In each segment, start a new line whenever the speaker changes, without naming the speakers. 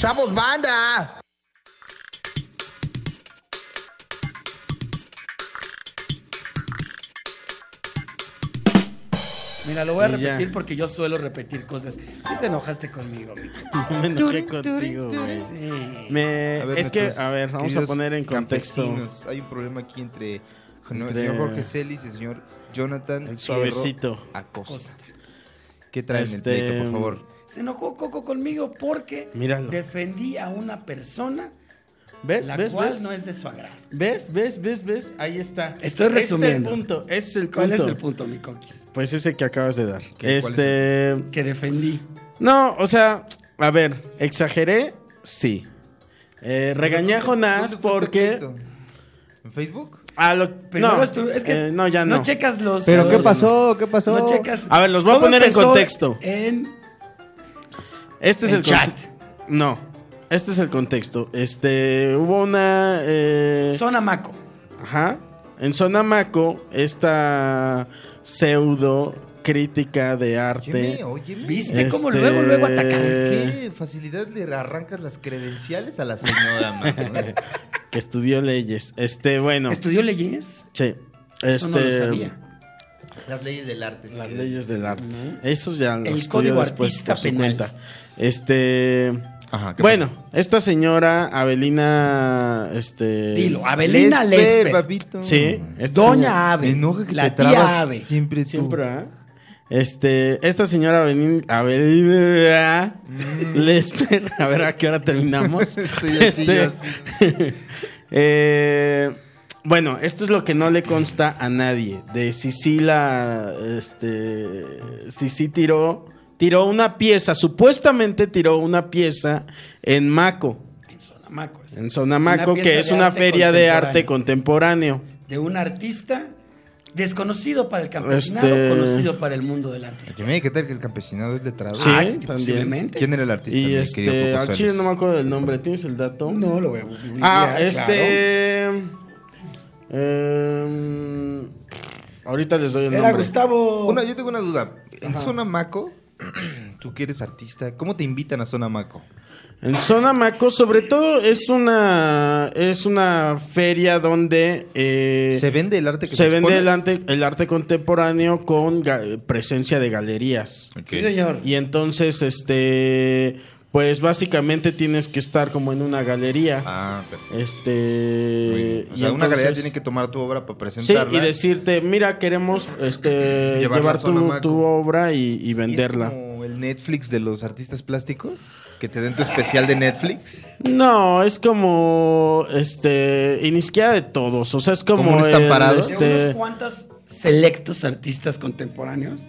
¡Somos banda!
Mira, lo voy a
Y ya.
repetir porque yo suelo repetir cosas. Sí te enojaste conmigo, mijo.
Me enojé contigo, güey.
Sí.
Me-
A ver,
es que,
nuestros
a ver, vamos a
queridos
poner en contexto.
campesinos, Hay un problema aquí entre, no, el
Entre-
señor Jorge Celis y el señor Jonathan Fierro
El suavecito.
Acosta.
Costa.
¿Qué traen
Este,
el pleito, por favor?
Se enojó Coco conmigo porque
Míralo.
defendí a una persona
¿Ves?
la
¿Ves?
cual
¿Ves?
no es de su agrado.
¿Ves? ¿Ves? ¿Ves? ¿Ves? Ahí está.
Estoy resumiendo.
Ese es el punto. ese es el
¿Cuál es
punto.
el punto, mi coquis?
Pues ese que acabas de dar.
¿Qué? ¿Cuál
Este.
Que defendí.
No, o sea, a ver, exageré, sí. Eh, regañé a Jonás
¿Dónde fue este
porque.
pleito? ¿En Facebook?
A lo,
Primero
no,
estuve- es que
eh, no, ya no.
No checas los.
¿Pero
los-
qué pasó? ¿Qué pasó?
No checas.
A ver, los voy a
Todo
poner en
empezó
contexto.
En
Este es
El
el,
chat.
conte- No, este es el contexto. Este, hubo una. eh,
Zona Maco.
Ajá. En Sonamaco, esta pseudo crítica de
Óyeme,
arte.
óyeme.
¿Viste cómo
Este-
luego, luego atacar?
Eh.
¿Qué facilidad le arrancas las credenciales a la señora, mano?
que estudió leyes. Este, bueno.
¿Estudió leyes?
sí.
Eso no lo
Este.
sabía.
Las leyes del arte.
Las
sí.
leyes del arte. Eso ya lo
El
estudio
código
después
artista
por su
penal. pues.
cuenta. Este.
Ajá, ¿qué
Bueno, esta señora Abelina. Este.
Dilo, Abelina
Lesper,
Lesper.
papito.
Sí. esta señora-
Doña
Me
Ave.
enoja que
la
te trabas
tía Ave.
siempre tú.
Siempre, ¿ah? Este, esta señora Abelin- Abelina Lesper, a ver a qué hora terminamos.
Estoy así,
Este,
yo así.
eh, bueno, esto es lo que no le consta a nadie. De si sí la, este, si sí tiró, tiró una pieza, supuestamente tiró una pieza en Maco,
En Zona Maco. es
en Sonamaco,
Una
que
pieza
es
de
una
arte
feria de arte contemporáneo.
De un artista desconocido para el campesinado,
Este-
conocido para el mundo del artista.
Óyeme, ¿qué tal Pues que el campesinado es letrado?
Sí,
Ah,
también.
posiblemente.
¿Quién era el artista?
Y
mi
este,
querido Coco
al chile
Celis?
no me acuerdo del nombre, ¿tienes el dato?
No lo voy a googlear,
Ah,
claro.
este. em, ahorita les doy el
Era
nombre.
Gustavo.
Una, yo tengo una duda. En Zona Maco, tú que eres artista, ¿cómo te invitan a Zona Maco?
En Zona Maco, sobre todo, es una. Es una feria donde. eh,
¿Se vende el arte que se,
se vende
expone?
el arte, el arte contemporáneo con ga- presencia de galerías.
Ok.
Sí, señor.
Y entonces, este. Pues básicamente tienes que estar como en una galería.
Ah, pero-
Este.
O
y
sea, una galería
entonces-
tiene que tomar tu obra para
Sí,
presentarla.
y decirte, mira, queremos este,
Llevarla a
llevar
Zona
tu,
Maco.
tu obra y, y
¿Y es
venderla.
como el Netflix de los artistas plásticos? ¿Que te den tu especial de Netflix?
No, es como, este, y ni siquiera de todos, o sea, es como...
¿Como un
el,
estamparado?
de unos
este,
cuantos selectos artistas contemporáneos.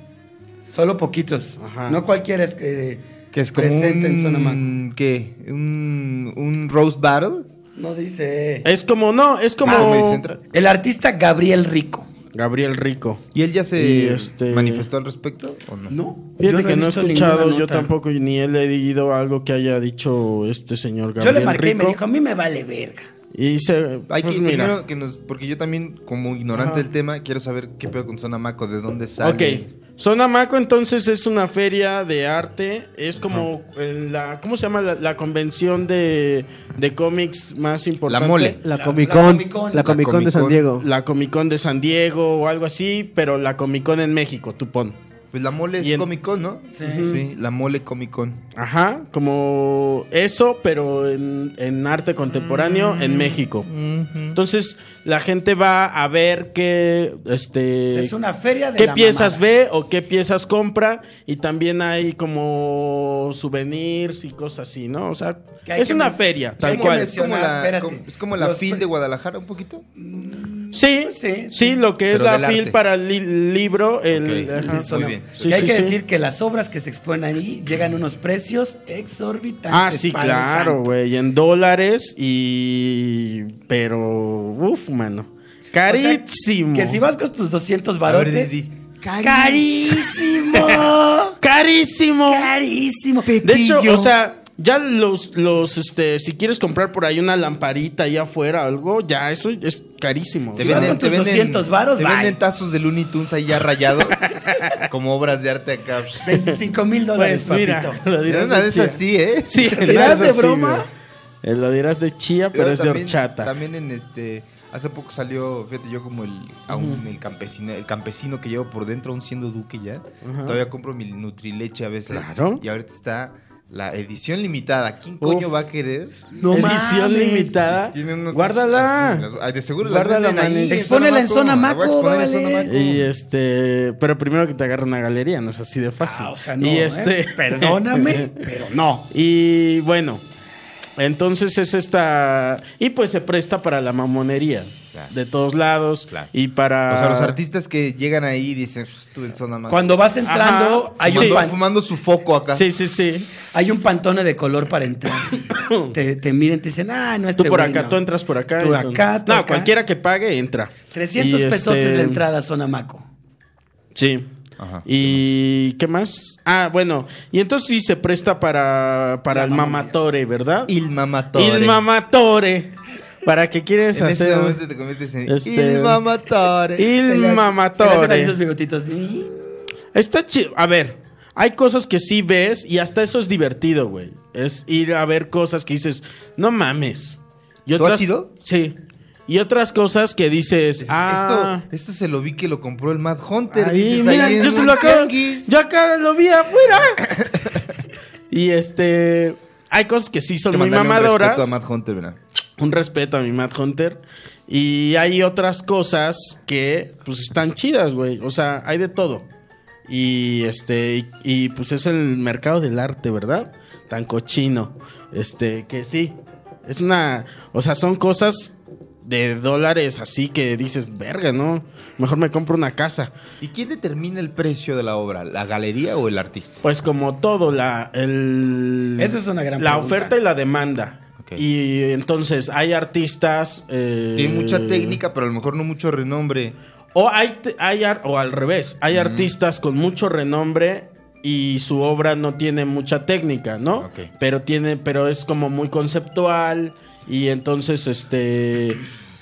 Solo poquitos.
Ajá.
No cualquiera es que,
Que es como
presente en Zona Maco.
un... ¿Qué? ¿Un, un Rose Battle?
No dice.
es como, no, es como...
Ah, Comedy Central.
El artista Gabriel Rico.
Gabriel Rico.
¿Y él ya
Y,
se
este-
manifestó al respecto o no?
No.
Fíjate
yo
que
he
no he
visto ninguna
escuchado yo
nota.
tampoco y ni él he leído algo que haya dicho este señor
Yo
Gabriel
le marqué y me
Rico.
dijo, a mí me vale verga.
Y se,
Hay
pues
que
mira.
primero que nos... Porque yo también, como ignorante del tema, quiero saber qué pedo con Zona Maco, de dónde sale.
Ok. Sonamaco entonces es una feria de arte, es como eh, la, ¿cómo se llama? La, la convención de, de cómics más importante.
mole.
La
La-
Comic
la
Con.
Comic Con.
La Comic Con de San
Comic Con.
Diego.
La Comic Con de San Diego o algo así, pero la Comic Con en México, tú pon.
Pues la mole es
Y en-
Comic Con, ¿no?
Sí.
Sí, la mole Comic Con.
Ajá, como eso, pero en, en arte contemporáneo en México. Entonces, la gente va a ver qué, este,
es una feria de
qué
la
piezas
mamada.
ve o qué piezas compra y también hay como souvenirs y cosas así, ¿no? O sea,
Que hay
es
que
una
men-
feria,
que hay
tal
que
cual.
Es como la,
Espérate.
como- es como la
Los-
fil de Guadalajara un poquito.
Sí,
Pues sí,
sí,
sí.
lo que es
Pero
la
del
fil
arte.
para el li- libro, el...
Ok,
ajá.
muy
Eso no.
bien.
Sí,
Y hay
sí,
que
sí.
decir que las obras que se exponen ahí llegan a unos precios exorbitantes.
Ah, sí,
Padre
claro,
santo.
güey, en dólares y... Pero, uff, mano.
O sea,
Carísimo.
que si vas con tus 200
A ver,
barotes.
di-
carísimo.
Carísimo.
carísimo.
De hecho, o sea, Ya los, los, este, si quieres comprar por ahí una lamparita allá afuera o algo, ya eso es carísimo.
Te
O
Si vas
venden,
con
te
tus
venden,
200 varos,
te
bye.
venden tazos de Looney Tunes ahí ya rayados, como obras de arte acá.
25 mil dólares,
Pues mira,
papito.
lo dirás
En una
de
de
chía.
esas sí, ¿eh?
Sí,
En una
dirás de
esas sí,
broma.
güey.
Eh, Lo dirás de chía, pero
Luego
es de
también-
horchata.
También en este. Hace poco salió, fíjate, yo como el, aún el, campesino, el campesino que llevo por dentro, aún siendo duque ya.
Ajá.
Todavía compro mi Nutrileche a veces.
Claro.
Y ahorita está la edición limitada. ¿Quién coño
Uf.
va a querer?
No
Edición
mames.
limitada.
Tiene unos-
Guárdala.
así, las- ay, de seguro
Guárdala,
las venden ahí.
manito.
Expónela en
La voy a
Zona Maco,
exponer en Zona
vale.
Maco.
Y este, pero primero que te agarre una galería, no es así de fácil.
Ah, o sea, no,
y
¿eh?
este,
Perdóname, pero no.
Y bueno, entonces es esta. Y pues se presta para la mamonería.
Claro.
De todos lados.
Claro.
Y para.
O sea, los artistas que llegan ahí dicen, "Pues, tú en Zona Maco.
Cuando vas entrando,
Ajá.
hay,
fumando,
un pan-
fumando su foco acá.
Sí, sí, sí.
hay un pantone de color para entrar. te, te miran, te dicen, ah, no, este
Tú por
güey
acá,
no".
tú entras por acá.
Tú
entonces-
acá, tú
no,
acá.
cualquiera que pague entra.
300
Y, este,
pesotes de entrada zona Maco.
Sí.
Ajá.
¿Y qué más? Ah, bueno. Y entonces sí se presta para, para
La
el
mamonería.
mamatore, ¿verdad?
Il Mamatore.
El mamatore. ¿Para qué quieres
En ese
hacer?
momento te conviertes en
este-
Il Mamatore.
Se le
Il
hace- se le hacen ahí
mamatore.
esos bigotitos. Y-
Está chido. A ver, hay cosas que sí ves y hasta eso es divertido, güey. Es ir a ver cosas que dices, no mames. Y
¿Tú has ido?
Sí. Y otras cosas que dices,
Dices,
ah.
esto, esto se lo vi que lo compró el Mad Hunter.
ahí,
dices,
mira,
ahí en
yo se
un
lo acabo.
tianguis.
Yo acá lo vi afuera. y este. Hay cosas que sí
Hay
son
que
muy
mandarle un
mamadoras.
respeto a Mad Hunter, ¿verdad?
un respeto a mi Mad Hunter. Y hay otras cosas que pues están chidas, güey. O sea, hay de todo. Y este, y, y, pues es el mercado del arte, ¿verdad? Tan cochino. Este, que sí. Es una. O sea, son cosas de dólares así que dices, verga, ¿no? Mejor me compro una casa.
¿Y quién determina el precio de la obra? ¿La galería o el artista?
Pues como todo, la, el-
Esa es una gran
La
pregunta.
oferta y la demanda.
Ok.
Y entonces hay artistas. eh,
Tiene mucha técnica, pero a lo mejor no mucho renombre.
O, hay, te- hay ar- o al revés, hay artistas con mucho renombre y su obra no tiene mucha técnica, ¿no?
Ok.
Pero tiene, pero es como muy conceptual y entonces, este,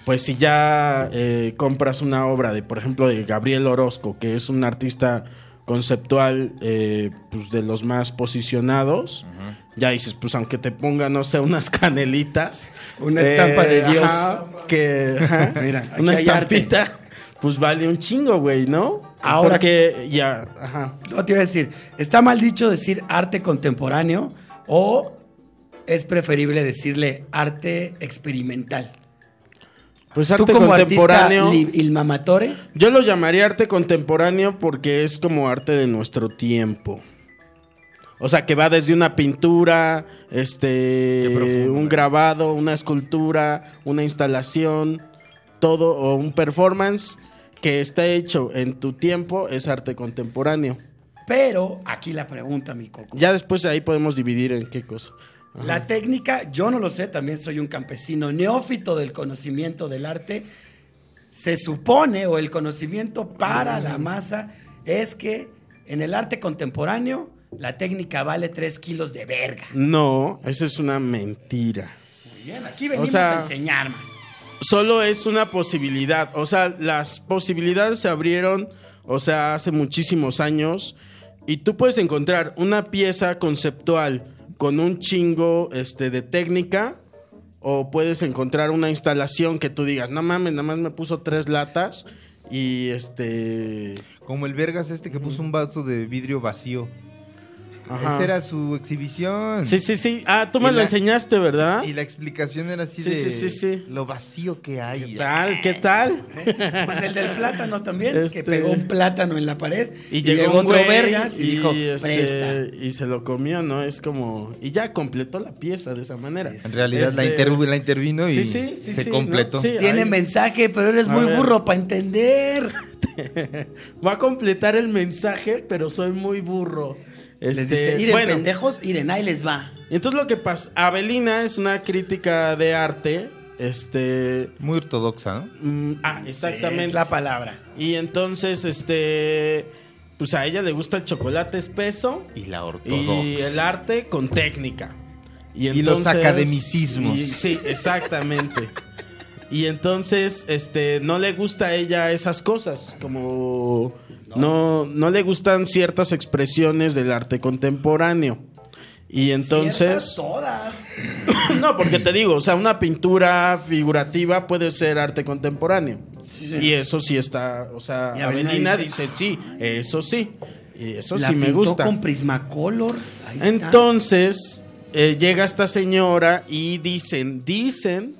pues si ya eh, compras una obra de, por ejemplo, de Gabriel Orozco, que es un artista conceptual, eh, pues de los más posicionados. Ya dices, pues aunque te ponga, no sé, unas canelitas. eh,
Una estampa de Dios.
ajá, que, ajá,
Mira, aquí
una
hay arte.
estampita, pues vale un chingo, güey, ¿no?
Ahora-
Porque ya, ajá.
No te iba a decir, está mal dicho decir arte contemporáneo o es preferible decirle arte experimental.
Pues arte
Tú como
contemporáneo.
artista li- il mamatore,
yo lo llamaría arte contemporáneo porque es como arte de nuestro tiempo. O sea, que va desde una pintura, este,
Qué profundo,
un
¿eh?
grabado, una escultura, una instalación, todo o un performance que está hecho en tu tiempo es arte contemporáneo.
pero aquí la pregunta, mi coco.
Ya después ahí podemos dividir en qué cosa. Ajá.
La técnica, yo no lo sé, también soy un campesino neófito del conocimiento del arte. Se supone, o el conocimiento para
Mm.
la masa, es que en el arte contemporáneo la técnica vale 3 kilos de verga.
No, esa es una mentira.
Muy bien, aquí venimos
sea-
a enseñar, man.
Solo es una posibilidad. O sea, las posibilidades se abrieron, o sea, hace muchísimos años. Y tú puedes encontrar una pieza conceptual con un chingo este, de técnica. O puedes encontrar una instalación que tú digas, no mames, nada más me puso tres latas. Y este.
Como el Vergas este que puso un vaso de vidrio vacío.
ajá.
Esa era su exhibición.
Sí, sí, sí. Ah, tú
Y
me lo
la-
enseñaste, ¿verdad?
Y la explicación era así
Sí,
de
sí, sí, sí. Ah,
lo vacío que hay.
¿Qué tal? ¿Qué tal?
Pues el del plátano también, que
Este-
pegó un plátano en la pared
Y llegó, un
otro
güey
vergas y, dijo,
este,
presta.
y se lo comió, ¿no? Es como... Y ya completó la pieza de esa manera.
En realidad la,
Este,
intervi- la intervino y
Sí, sí, sí,
se
sí,
completó.
¿no? Sí.
Tiene
ay.
mensaje, pero eres
A
muy
ver.
burro para entender.
Va a completar el mensaje, pero soy muy burro. Este,
Les dice, "Iren,
bueno,
pendejos, iren, ahí les va.
y entonces lo que pasa... Avelina es una crítica de arte, este...
Muy ortodoxa, ¿no?
mm, ah, exactamente.
Es la palabra.
Y entonces, este... Pues a ella le gusta el chocolate espeso.
Y la ortodoxa.
Y el arte con técnica. Y,
Y los
entonces-
academicismos.
y- sí, exactamente. y entonces, este, no le gusta a ella esas cosas, como no, no le gustan ciertas expresiones del arte contemporáneo. Y
Ciertas
entonces,
Todas.
no, porque te digo, o sea, una pintura figurativa puede ser arte contemporáneo. Y eso sí está, o sea,
Y Avelina
Avelina
dice,
dice, sí, eso sí. Y eso
La
sí me
pintó
gusta.
con Prismacolor. Ahí está.
Entonces, eh, llega esta señora y dicen, dicen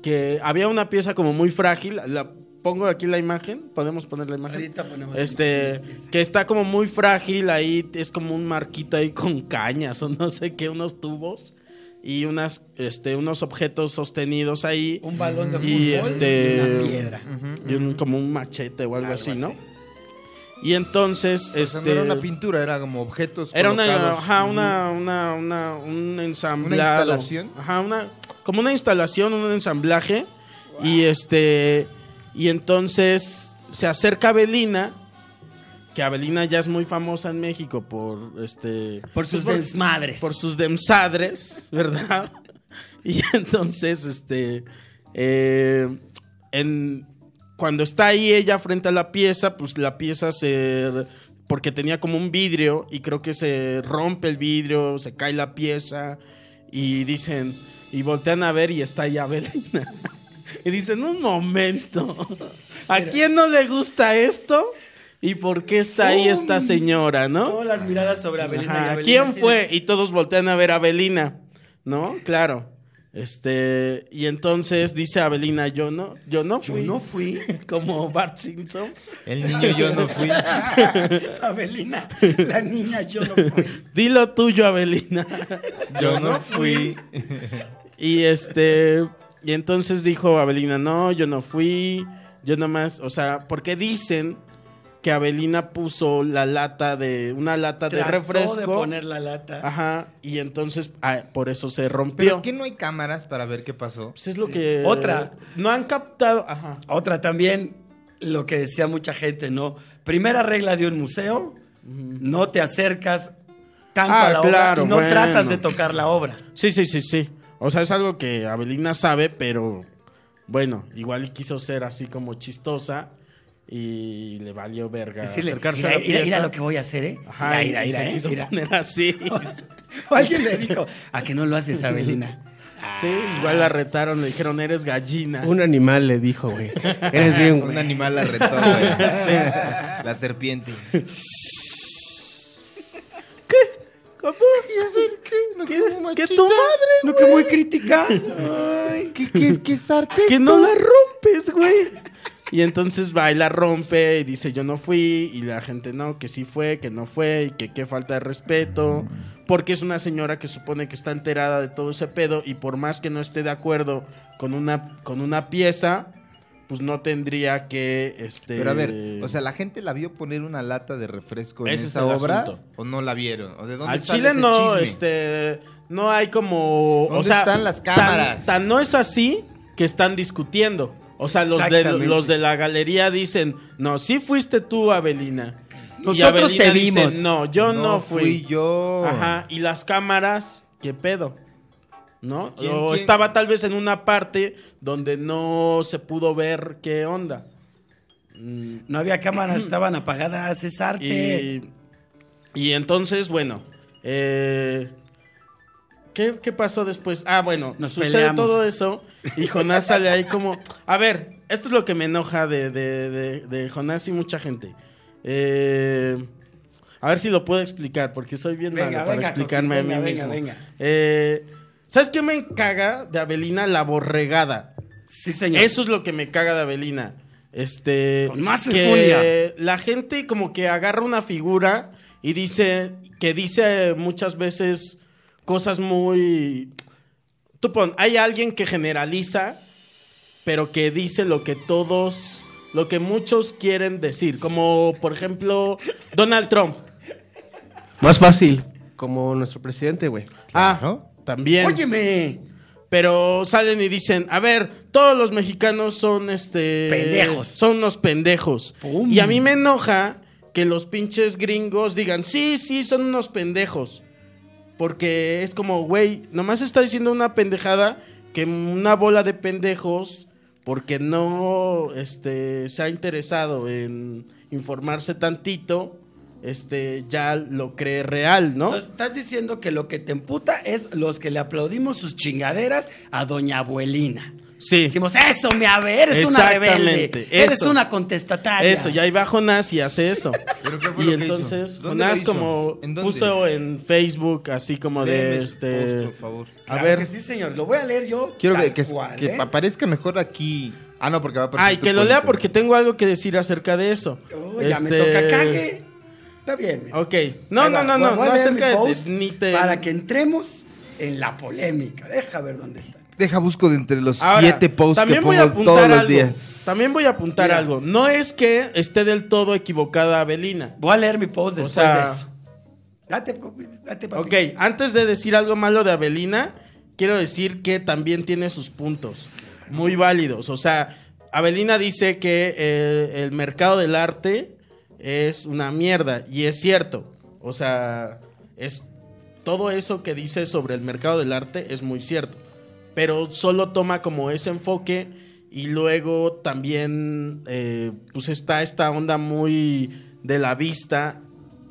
que había una pieza como muy frágil. La, pongo aquí la imagen, podemos poner la imagen.
Ahorita ponemos
Este,
la pieza.
que está como muy frágil ahí, es como un marquito ahí con cañas o no sé qué, unos tubos y unas, este, unos objetos sostenidos ahí
un balón de fútbol
y este
y una piedra.
y un- como un machete o algo,
Algo
así,
así.
¿no? Y entonces,
O sea,
este,
no era una pintura, era como objetos.
era una,
colocados.
ajá, una, una, una, un ensamblado.
¿Una instalación?
Ajá, una, como una instalación, un ensamblaje. Y este, y entonces se acerca Belina, que Abelina ya es muy famosa en México por este,
Por sus
pues,
desmadres.
por sus demsadres, ¿verdad? Y entonces, este, eh, en- cuando está ahí ella frente a la pieza, pues la pieza se... Porque tenía como un vidrio y creo que se rompe el vidrio, se cae la pieza y dicen, y voltean a ver y está ahí Avelina. Y dicen, un momento, ¿a quién no le gusta esto? ¿Y por qué está ahí esta
¡Fum!
señora, no?
Todas las miradas sobre Abelina. y
Ajá,
Abelina
¿Quién
así de-
fue? Y todos voltean a ver a Abelina, ¿no? Claro. Este, y entonces dice Abelina, yo no, yo no
Yo
fui.
no fui.
Como Bart Simpson.
Mm. El niño yo no fui.
Abelina, la niña, yo no fui.
Dilo tuyo, Abelina.
Yo no fui.
Y este, y entonces dijo Abelina, no, yo no fui, yo nomás, o sea, porque dicen que Abelina puso la lata de, una lata de
Trató
refresco.
de poner la lata.
Ajá, y entonces ah, por eso se
¿Pero
rompió.
qué no hay cámaras para ver qué pasó?
Pues es lo que.
Otra.
No han captado. Ajá.
Otra también, lo que decía mucha gente, ¿no? Primera regla de un museo, no te acercas tanto
Ah,
a la
claro,
obra y no
bueno.
tratas de tocar la obra.
Sí, sí, sí, sí. O sea, es algo que Abelina sabe, pero bueno, igual quiso ser así como chistosa y le valió verga
Decirle,
acercarse
mira,
a la
mira, mira
pieza.
lo que voy a hacer, ¿eh?
Ajá,
mira, mira,
y se
mira, ¿eh?
quiso
Mira.
poner así.
O alguien le dijo, ¿a que no lo haces, Abelina?
sí, igual la retaron, le dijeron, eres gallina.
Un animal le dijo, güey. Eres bien,
Un
güey.
animal la retó, güey. La serpiente.
¿Cómo? ¿Qué, ¿Qué tu madre?
No, que muy crítica.
¿Qué, qué, qué es arte?
Que no la rompes, güey. Y entonces va y la rompe y dice yo no fui y la gente no, que sí fue, que no fue y que qué falta de respeto. Porque es una señora que supone que está enterada de todo ese pedo y por más que no esté de acuerdo con una, con una pieza, pues no tendría que... Este,
Pero a ver, o sea, ¿la gente la vio poner una lata de refresco en
Ese es
esa
el
obra?
asunto.
¿O no la vieron? ¿O de dónde
Al
sale
Chile
ese
no,
chisme?
este, no hay como, o
¿Dónde
sea,
están las
tan-
cámaras?
Tan, no es así que están discutiendo. O sea, los de,
Exactamente.
los de la galería dicen, no, sí fuiste tú, Abelina. Y
Nosotros te
dice,
vimos.
no, yo no, fui.
yo.
Ajá, y las cámaras, ¿qué pedo? ¿No?
¿Quién-
o
quién?
estaba tal vez en una parte donde no se pudo ver qué onda. Mm,
No había cámaras, estaban apagadas, es arte.
y, y entonces, bueno, eh, ¿qué, qué pasó después? Ah, bueno,
Nos
sucede
peleamos.
todo eso y Jonás sale ahí como, a ver, esto es lo que me enoja de, de- de- de Jonás y mucha gente. Eh, a ver si lo puedo explicar, porque soy bien
Venga,
malo para
venga,
explicarme
Coquis,
a mí
venga,
mismo.
venga, venga.
Eh, ¿Sabes qué me caga de Abelina? La borregada.
Sí, señor.
Eso es lo que me caga de Abelina. Este.
Con más
que
enjundia.
la gente como que agarra una figura y dice. que dice muchas veces cosas muy. Tú pon, hay alguien que generaliza, pero que dice lo que todos. lo que muchos quieren decir. Como por ejemplo, Donald Trump.
Más fácil. Como nuestro presidente, güey.
Claro.
Ah, también.
Óyeme,
Pero salen y dicen, a ver, todos los mexicanos son este...
Pendejos.
Son unos pendejos.
Pum.
Y a mí me enoja que los pinches gringos digan, sí, sí, son unos pendejos. Porque es como, güey, nomás está diciendo una pendejada que una bola de pendejos porque no este, se ha interesado en informarse tantito, este, ya lo cree real, ¿no?
Entonces, estás diciendo que lo que te emputa es los que le aplaudimos sus chingaderas a doña abuelina.
sí.
Decimos, eso, mi ave, eres una rebelde.
Exactamente,
Eres
eso.
una contestataria.
Eso, ya ahí va Jonás y hace eso.
¿Pero qué fue
Y
lo que
entonces
hizo? ¿Dónde
Jonás
lo hizo?
como
¿En dónde?
puso en Facebook así como de
Léeme su post,
este...
por favor.
Claro
a ver.
que sí, señor. Lo voy a leer yo.
Quiero
tal
que, que,
cual,
que
¿eh?
aparezca mejor aquí. Ah, no, porque va a aparecer.
Ay,
tu
que lo lea
cuenta.
porque tengo algo que decir acerca de eso.
Oh, ya me
Este,
toca cague. Está bien. mira.
Ok. No,
Ahí
no,
va.
no,
Voy-
no.
voy a
No
leer mi
acerca de...
post
Ni te...
Para que entremos en la polémica. Deja ver dónde está.
Deja busco de entre los
Ahora,
siete posts que
voy a
pongo
apuntar
todos los
algo.
días.
También voy a apuntar
Mira.
algo. No es que esté del todo equivocada Abelina.
Voy a leer mi post después
sea-
de eso. Date, papi, date, papi.
Ok, antes de decir algo malo de Abelina, quiero decir que también tiene sus puntos muy válidos. O sea, Abelina dice que eh, el mercado del arte es una mierda y es cierto. O sea, es todo eso que dice sobre el mercado del arte es muy cierto, pero solo toma como ese enfoque y luego también eh, pues está esta onda muy de la vista.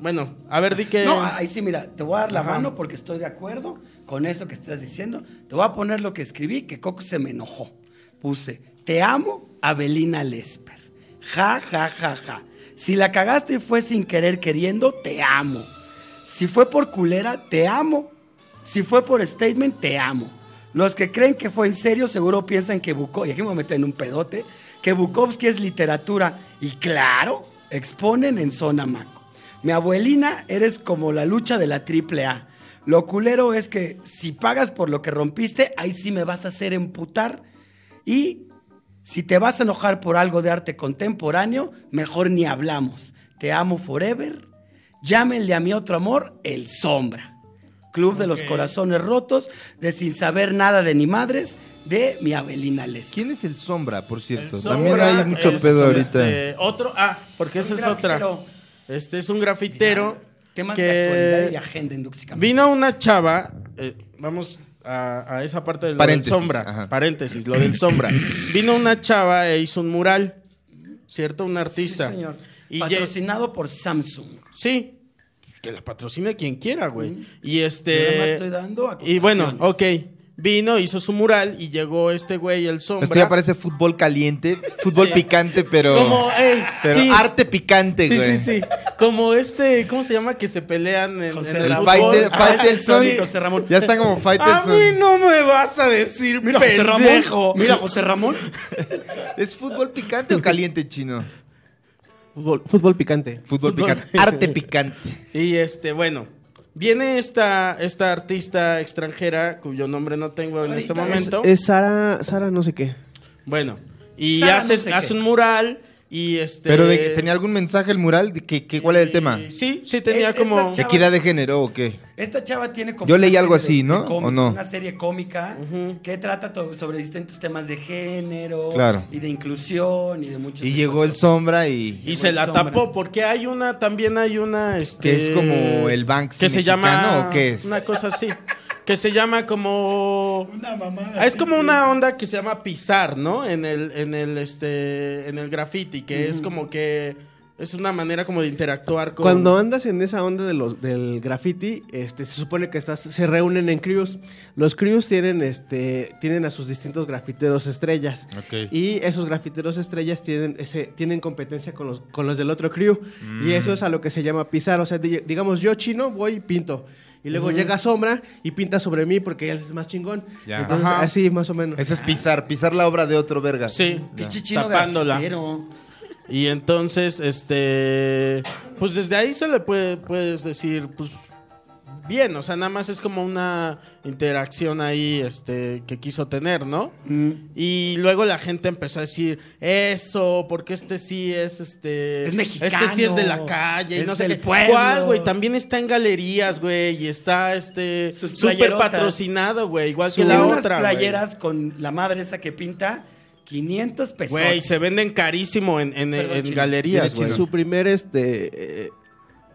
Bueno, a ver, di que
No, ahí sí, mira, te voy a dar la
Ajá.
mano porque estoy de acuerdo con eso que estás diciendo. Te voy a poner lo que escribí, que Coco se me enojó. Puse, te amo, Abelina Lesper. Ja, ja, ja, ja. Si la cagaste y fue sin querer queriendo, te amo. Si fue por culera, te amo. Si fue por statement, te amo. Los que creen que fue en serio seguro piensan que Bukowski, y aquí me voy a meter en un pedote, que Bukowski es literatura. Y claro, exponen en zona maco. Mi abuelina, eres como la lucha de la triple A. Lo culero es que si pagas por lo que rompiste, ahí sí me vas a hacer emputar. Y si te vas a enojar por algo de arte contemporáneo, mejor ni hablamos. Te amo forever. Llámenle a mi otro amor, el sombra. Club de los
Ok.
corazones rotos, de sin saber nada de ni madres, de mi Abelina Lesca.
¿Quién es el Sombra, por
El
cierto?
Sombra
También hay mucho
es,
pedo ahorita.
este, otro, ah, porque
Un
esa es otra.
grafitero.
Este es un grafitero
Temas
que
de actualidad y de agenda en Duxicamp.
Vino una chava, eh, vamos a, a esa parte de lo
Paréntesis,
del sombra,
ajá.
paréntesis, lo del sombra. Vino una chava e hizo un mural, ¿cierto? Un artista.
Sí, señor.
Y ya-
Patrocinado por Samsung.
sí, que la patrocine quien quiera, güey.
Mm.
Y
Yo
este...
nada más estoy dando
y bueno, ok.
acotaciones.
Vino, hizo su mural y llegó este güey, el sombra.
Esto ya parece fútbol caliente, fútbol
Sí.
picante, pero.
Como, ey,
pero
sí.
arte picante,
Sí,
güey.
sí, sí. Como este, ¿cómo se llama? Que se pelean en,
José
en
El
el
Ramón.
fútbol.
Fighter-
Ah,
Fightelson.
sí, José Ramón.
Ya están como
A
Fightelson.
mí no me vas a decir
Mira José
pendejo.
Ramón. Mira José Ramón.
¿Es fútbol picante o caliente, chino?
Fútbol, fútbol picante.
Fútbol picante. Arte picante.
Y este, bueno, viene esta, esta artista extranjera cuyo nombre no tengo en
Ahorita
este
es-
momento.
Es Sara, Sara no sé qué.
Bueno, y
Sara
hace,
no sé
hace
qué.
un mural y este.
¿Pero de- tenía algún mensaje el mural? ¿De qué, qué- ¿Cuál era el tema?
y- Sí, sí, tenía
Es-
como.
esta chava-
¿Equidad de género o qué?
Esta chava tiene como.
Yo leí
una
algo
serie
así, ¿no? ¿O
cómics,
no?
Una serie cómica que trata to- sobre distintos temas de género.
Claro.
Y de inclusión y de muchas
Y
otras
llegó el
cosas.
sombra y.
Y se la
sombra.
tapó, porque hay una, también hay una, este...
Que es como el Banksy
Que se llama...
mexicano, ¿o qué es?
Una cosa así. que se llama como...
Una mamada.
Ah, Es como una onda que se llama pisar, ¿no? En el, en el, este, en el graffiti, que es como que es una manera como de interactuar con...
Cuando andas en esa onda de los, del graffiti, este, se supone que estás, se reúnen en crews. Los crews tienen, este, tienen a sus distintos grafiteros estrellas.
Ok.
Y esos grafiteros estrellas tienen, ese, tienen competencia con los, con los del otro crew. Y eso es a lo que se llama pisar. O sea, di- digamos, yo chino voy y pinto. Y luego llega Sombra y pinta sobre mí porque él es más chingón.
Ya.
Entonces,
Ajá.
así más o menos.
Eso es pisar, pisar la obra de otro verga.
Sí,
Pinche
chino
chino
tapándola.
grafitero.
Y entonces, este... Pues desde ahí se le puede, puedes decir, pues... Bien, o sea, nada más es como una interacción ahí, este, que quiso tener, ¿no?
Mm.
Y luego la gente empezó a decir, eso, porque este sí es este.
Es mexicano,
Este sí es de la calle. y
es
no sé
del
qué.
pueblo".
¿Cuál, güey? También está en galerías, güey. Y está este.
Sus
Súper
playerotas.
patrocinado, güey. Igual que
Tiene
la
unas
otra. güey.
playeras con la madre esa que pinta 500 pesos.
Güey, se venden carísimo en, en-
Perdón,
en
chino.
galerías,
Viene
güey.
chino.
Su primer este eh,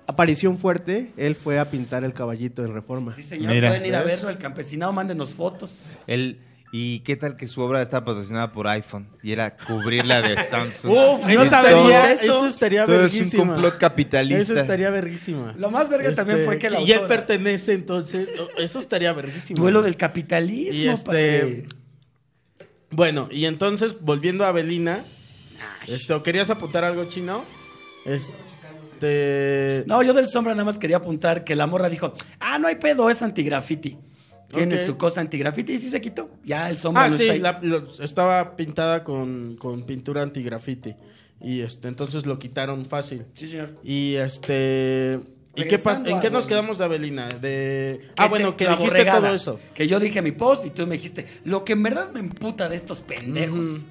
aparición fuerte, él fue a pintar el caballito en Reforma.
Sí, señor,
Mira,
pueden ir a
¿ves?
verlo, el campesinado, mándenos fotos.
Él, ¿Y qué tal que su obra estaba patrocinada por iPhone? Y era cubrirla de Samsung.
Uf,
Y
no
esto-
sabía.
eso-
Eso, estaría
Todo es un
verguísima.
complot capitalista.
Eso estaría verguísima.
Lo más verga también
Este,
fue que la
Y él
autora-
pertenece, entonces. o- Eso estaría verguísima.
Duelo del capitalismo,
Y este-
padre.
Bueno, y entonces, volviendo a Belina. Este, ¿o ¿Querías apuntar algo chino? Este.
No, yo del sombra nada más quería apuntar que la morra dijo, ah, no hay pedo, es antigrafiti. Tiene
Ok.
su cosa antigrafiti y sí se quitó. Ya el sombra
Ah,
no está
sí,
ahí.
la- lo- estaba pintada con, con pintura antigrafiti. Y este, entonces lo quitaron fácil.
Sí, señor.
Y este. ¿Y qué pas-
Regresando
¿En
a
qué nos
Belina.
quedamos de Abelina? De... Ah,
te-
bueno, que
la
dijiste
borregada,
todo eso.
Que yo dije mi post y tú me dijiste, lo que en verdad me emputa de estos pendejos.
Ujú.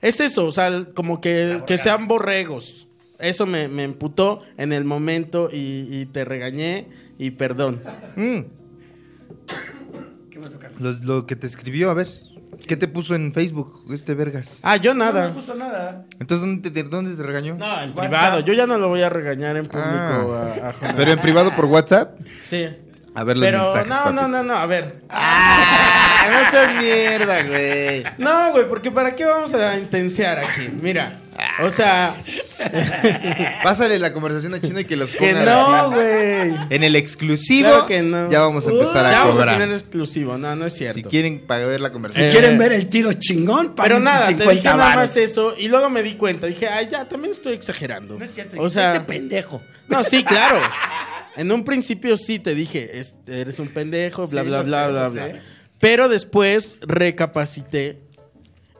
Es eso, o sea, el- como que, que sean borregos. Eso me, me emputó en el momento y, y te regañé y perdón.
Mm,
¿Qué pasó, Carlos?
los- lo que te escribió, a ver. ¿Qué te puso en Facebook, este vergas?
Ah, yo
No me
nada.
puso nada.
Entonces, ¿dónde te, dónde te regañó?
No, en
WhatsApp.
privado. Yo ya no lo voy a regañar en público
Ah.
a- a Jonás.
Pero en privado por WhatsApp.
Sí.
A ver los
Pero
mensajes.
no,
papi.
no, no, no, a ver.
¡Ah! No seas mierda, güey.
No, güey, porque ¿para qué vamos a intensiar aquí? Mira, o sea,
Pásale la conversación a China y que los
que
ponga
no,
así.
güey.
En el exclusivo.
Claro que no.
Ya vamos a
Uh,
empezar
ya
a
vamos
cobrar.
tener exclusivo, no, no es cierto.
si quieren para ver la
Si
conversación.
quieren ver el tiro chingón,
Eh. Pero
paguen
nada, te
50
dije nada
varos.
más eh. eso y luego me di cuenta. Dije, ay, ya, también estoy exagerando.
No es cierto,
O sea,
este pendejo.
no, sí, claro. En un principio sí te dije, "Es- eres un pendejo, bla,
Sí,
bla,
lo
bla,
sé,
bla,
lo
bla.
sé.
Pero después recapacité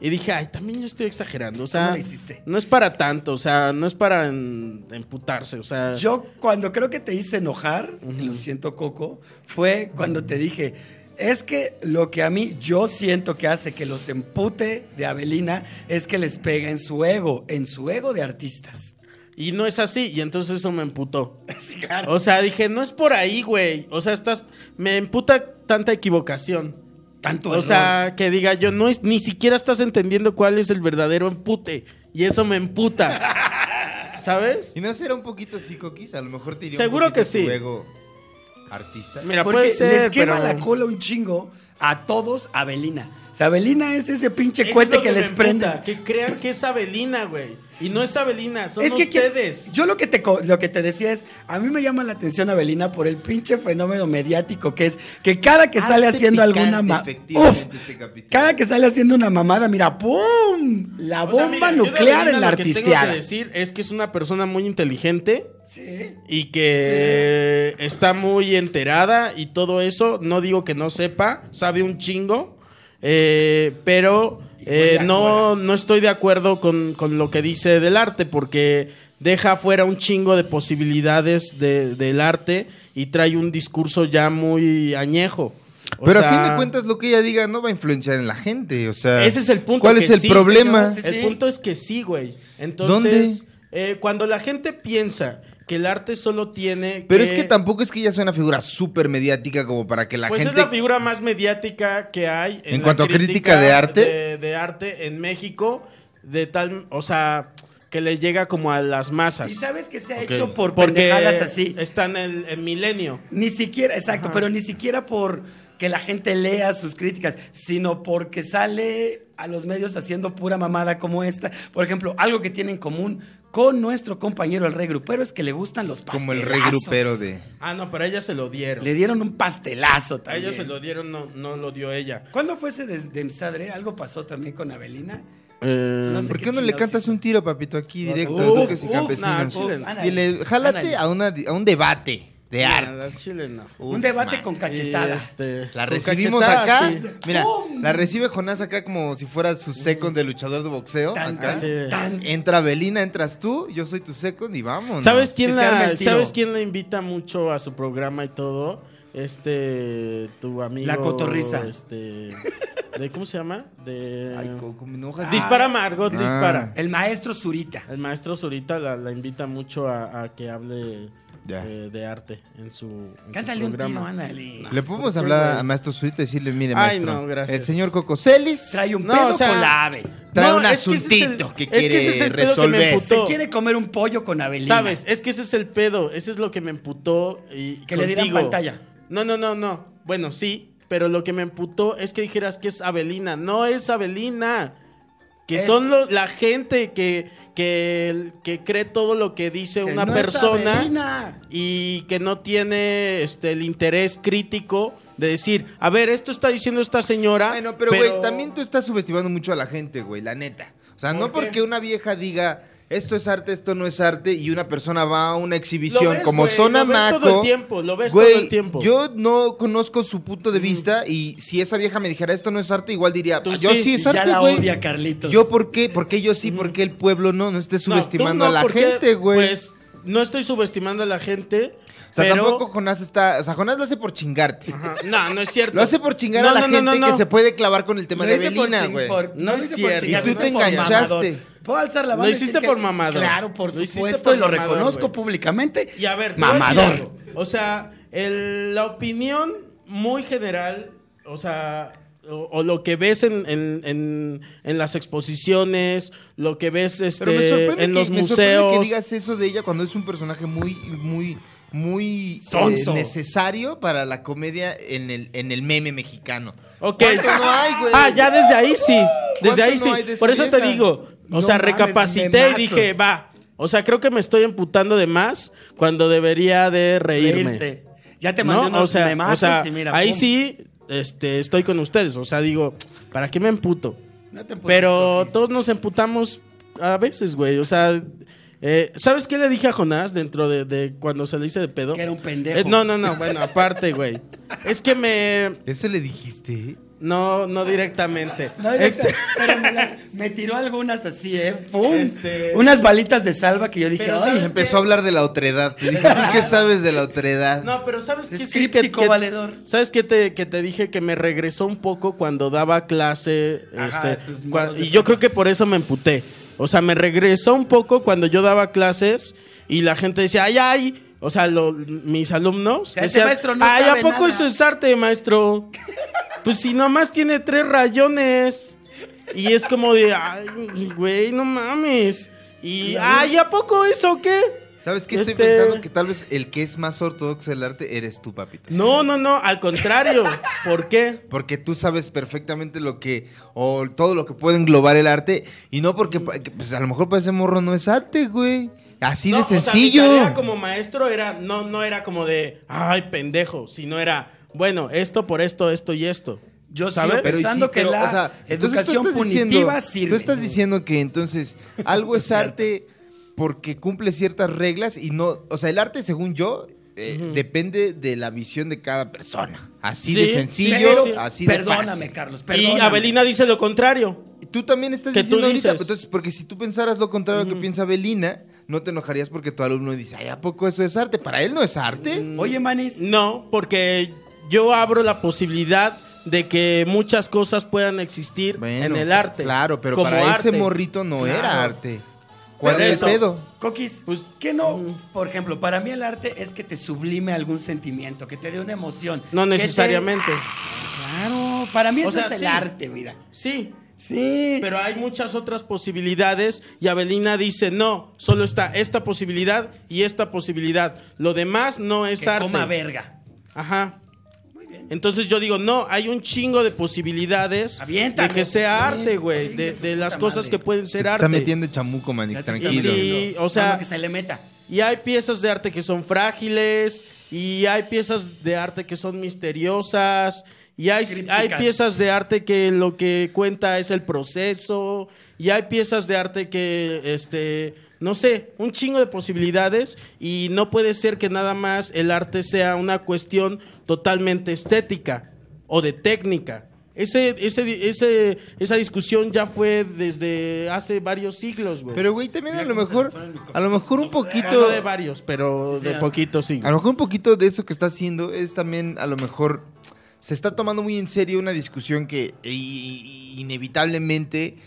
y dije, ay, también yo estoy exagerando. O sea,
¿Cómo lo hiciste?
no es para tanto, o sea, no es para en- emputarse, o sea.
Yo cuando creo que te hice enojar, lo siento Coco, fue cuando te dije, es que lo que a mí yo siento que hace que los empute de Abelina es que les pega en su ego, en su ego de artistas.
Y no es así, y entonces eso me emputó.
Sí, claro.
O sea, dije, no es por ahí, güey. O sea, estás. Me emputa tanta equivocación.
Tanto
O sea, que diga yo, no es, ni siquiera estás entendiendo cuál es el verdadero empute. Y eso me emputa. ¿Sabes?
¿Y no será un poquito psicoquis? A lo mejor te iría
Seguro
un poquito
que sí.
tu ego artista.
Mira,
Porque
puede ser,
les quema
pero-
la cola un chingo a todos Abelina. O sea, Abelina es ese pinche
Eso
cohete
es lo
que,
me
les
emputa,
prenda.
Que crean que es Abelina, güey. Y no es Abelina, son
que-
ustedes.
yo lo que, te, co- lo que te decía es, a mí me llama la atención Abelina por el pinche fenómeno mediático que es que cada que Ah, sale
Arte
haciendo
picante,
alguna ma-
efectivamente,
Uf,
este capítulo.
cada que sale haciendo una mamada, mira, ¡pum! La
O
bomba
sea, mira, yo de
nuclear
Abelina
en la
Lo que tengo
artisteada.
que decir es que es una persona muy inteligente.
Sí.
Y que está muy enterada y todo eso. No digo que no sepa, sabe un chingo. eh, pero eh,
huele a
no, no estoy de acuerdo con, con lo que dice del arte, porque deja fuera un chingo de posibilidades de- del arte y trae un discurso ya muy añejo. O
Pero a
sea,
fin de cuentas, lo que ella diga no va a influenciar en la gente. O sea,
ese es el punto.
¿Cuál
que
es el
sí,
problema?
señor,
Sí, sí.
El punto es que sí, güey. Entonces, eh, cuando la gente piensa que el arte solo tiene.
Pero es que tampoco es que ella sea una figura súper mediática como para que la
pues
gente.
es la figura más mediática que hay
En
la
cuanto a crítica de arte.
de, de arte en México de tal o sea que le llega como a las masas
Y sabes que se ha
Ok.
hecho por pendejadas así.
están en el milenio
Ni siquiera, exacto, pero ni siquiera por que la gente lea sus críticas, sino porque sale a los medios haciendo pura mamada como esta. Por ejemplo, algo que tiene en común con nuestro compañero el rey grupero es que le gustan los pastelazos.
Como el rey grupero de.
ah no pero a ella se lo dieron
Le dieron un pastelazo
a
también.
ella se lo dieron no no lo dio ella
¿Cuándo fue ese des- desmadre? ¿Algo pasó también con Abelina?
Eh,
sé
¿Por qué
qué
no le
chingados
cantas
hizo.
un tiro, papito, aquí directo?
Uf,
Duques y
uf, nah,
campesinos.
chile,
Ana,
y le,
Ana,
jálate a, una, a un debate de
nah,
arte.
al chile no
Un debate con
Y,
cachetadas.
este,
La
con
recibimos
cachetadas,
acá.
sí.
Mira, la recibe Jonás acá como si fuera su second de luchador de boxeo.
Tan,
acá.
así de-
tan.
Entra Belina, entras tú, yo soy tu second y vamos.
¿Sabes quién,
que se arme
la,
el tiro.
¿Sabes quién la invita mucho a su programa y todo? Este, tu amigo.
La cotorriza.
Este, de, ¿Cómo se llama? De,
Ay, Coco, me enojas.
dispara Margot,
Ah.
dispara.
El maestro Zurita.
El maestro Zurita la, la invita mucho a, a que hable
Ya.
eh, de arte en su. en su
Cántale un tiro,
programa.
ándale.
Le podemos
¿por qué,
hablar
güey?
a Maestro Zurita y decirle, mire,
Ay,
maestro.
no, gracias.
El señor Cocoselis
Trae un
No,
pedo
o sea,
con la ave.
trae un
es que ese es el-
asuntito que
es que ese
quiere
es el pedo que me
resolver.
emputó.
Se quiere comer un pollo con avelina.
¿Sabes? Es que ese es el pedo. Ese es lo que me emputó. Y
Que le dieran
contigo.
pantalla.
No, no, no, no. Bueno, sí. Pero lo que me emputó es que dijeras que es Abelina. No es Abelina. Que
Es-
son lo- la gente que, que, que cree todo lo que dice
Que
una
no es
persona.
avelina.
y que no tiene este, el interés crítico de decir, a ver, esto está diciendo esta señora.
Bueno, pero güey, también tú estás subestimando mucho a la gente, güey, la neta. O sea, no
¿Por qué?
porque una vieja diga esto es arte, esto no es arte, y una persona va a una
Lo
exhibición
ves,
como
güey,
Zona
lo ves
Maco.
todo el tiempo, lo ves
güey,
todo el tiempo.
Yo no conozco su punto de vista, y si esa vieja me dijera esto no es arte, igual diría,
Tú
yo
sí,
sí,
y
es
ya
arte,
la
güey.
odia, Carlitos.
Yo por qué, por qué yo sí, por qué el pueblo no, no esté
No,
subestimando
tú no,
a la
porque,
gente, güey.
Pues no estoy subestimando a la gente.
o sea,
pero...
tampoco Jonás está, o sea, Jonás lo hace por chingarte.
Ajá, No, no es cierto.
Lo hace por chingar
No,
a la
no, no,
gente
no, no.
que se puede clavar con el tema
Lo
de
hice por
Belina,
chin-
güey.
por-
No
No
es
lo hice por
cierto.
Y
chingar,
tú
lo hice
te
por
enganchaste.
mamador. Puedo alzar la
Lo
mano. y
hiciste
decir que-
por mamador.
Claro, por
Lo hiciste
supuesto,
por
y lo
mamador,
reconozco
güey.
públicamente.
Y a ver, te voy a decir
mamador.
algo. O sea, el- la opinión muy general, o sea, o, o lo que ves en, en- en- en las exposiciones, lo que ves este,
Pero me sorprende,
en
que,
los
me
museos.
sorprende que digas eso de ella cuando es un personaje muy, muy, muy eh,
Sonso.
necesario para la comedia en el, en el meme mexicano.
Ok.
¿Cuánto no hay, güey?
Ah, ya desde ahí sí. Desde
¿Cuánto
ahí
no
sí.
hay de esa
Por eso te
vieja?
digo. O
No
sea,
mames,
recapacité y
memazos.
dije, va. O sea, creo que me estoy emputando de más cuando debería de reírme.
Reírte. Ya te mandé
¿No?
unos
o sea,
memazos
o sea,
y mira,
ahí
pum.
sí este, estoy con ustedes. O sea, digo, ¿para qué me emputo?
No te puedes
Pero
crujir.
todos nos emputamos a veces, güey. O sea, eh, ¿sabes qué le dije a Jonás dentro de, de cuando se le hice de pedo?
Que era un pendejo.
Eh, no, no, no. Bueno, aparte, güey. Es que me...
¿Eso le dijiste?
No, no directamente.
No,
Este-
exacto, pero me, las- me tiró algunas así, ¿eh? ¡Pum!
Este-
Unas balitas de salva que yo dije,
Pero,
¡ay!
¿sabes
Empezó a hablar de la otredad. Te dije, ¿tú qué sabes de la otredad?
No, pero ¿sabes qué?
Es
Sí,
críptico, valedor.
¿Sabes qué te, que te dije? Que me regresó un poco cuando daba clase.
Ajá,
este,
tus
cua-
modos de
y yo creo
pensar.
que por eso me emputé. O sea, me regresó un poco cuando yo daba clases y la gente decía, ay, ay. O sea, lo- mis alumnos
sea, ese
decían,
maestro no
ay,
sabe
¿a poco
nada?"
eso es arte, maestro? pues si nomás tiene tres rayones. Y es como de, ay, güey, no mames. Y, ay, ¿a poco eso qué?
¿Sabes qué?
Este-
Estoy pensando que tal vez el que es más ortodoxo del arte eres tú, papito.
No, no, no, al contrario. ¿Por qué?
Porque tú sabes perfectamente lo que, o todo lo que puede englobar el arte, y no porque, pa- que, pues a lo mejor para ese morro no es arte, güey. Así
No,
de
o sea, mi
sencillo.
tarea como maestro era, no, no era como de, ay, pendejo, sino era, bueno, esto por esto, esto y esto.
Yo sigo
¿Sabes?
Pero y sí,
pensando que
pero,
la
o sea, entonces tú
educación
estás
punitiva
diciendo-
sirve.
Tú estás diciendo que entonces algo es arte porque cumple ciertas reglas y no, o sea, el arte según yo eh, depende de la visión de cada persona. Así
Sí,
de sencillo,
pero- sí.
así de
perdóname,
fácil.
Carlos,
Y
perdóname.
Abelina dice lo contrario.
Tú también estás
Que tú
diciendo ahorita,
dices. Mm.
entonces, porque si tú pensaras lo contrario que piensa Belina, no te enojarías porque tu alumno dice, ay, ¿a poco eso es arte? Para él no es arte.
Mm.
Oye, Manis,
No, porque yo abro la posibilidad de que muchas cosas puedan existir
Bueno,
en el arte.
Claro, pero
como
para ese
arte.
morrito no
Claro.
era arte. ¿Cuál
Pero
es
eso-
el pedo?
Coquis, pues, ¿qué no? Por ejemplo, para mí el arte es que te sublime algún sentimiento, que te dé una emoción.
No
que te- ¡Ah!
necesariamente.
Claro, para mí
O
eso
sea,
es el
sí.
arte, mira.
Sí,
Sí.
Pero hay muchas otras posibilidades y Abelina dice, no, solo está esta posibilidad y esta posibilidad. Lo demás no es
que
arte.
coma verga.
Ajá.
Muy bien.
Entonces yo digo, no, hay un chingo de posibilidades
Aviéntame.
de que sea
Sí,
arte, güey.
chingue
De,
su
de
puta
las cosas
madre.
que pueden
Se
ser
te
arte.
está metiendo chamuco, Manix,
Y
tranquilo.
sí,
Tranquilo.
o sea,
Vamos, que se le meta.
y hay piezas de arte que son frágiles, y hay piezas de arte que son misteriosas, y hay,
Crípticas.
hay piezas de arte que lo que cuenta es el proceso, y hay piezas de arte que, este, no sé, un chingo de posibilidades, y no puede ser que nada más el arte sea una cuestión totalmente estética o de técnica. Ese, ese, ese, esa discusión ya fue desde hace varios siglos, güey.
Pero, güey, también a lo mejor,
fue el micrófono.
a lo mejor un
No
poquito,
de varios, pero
Sí, sí,
de
ah.
poquito sí.
a lo mejor un poquito de eso que está haciendo es también, a lo mejor, se está tomando muy en serio una discusión que i- i- inevitablemente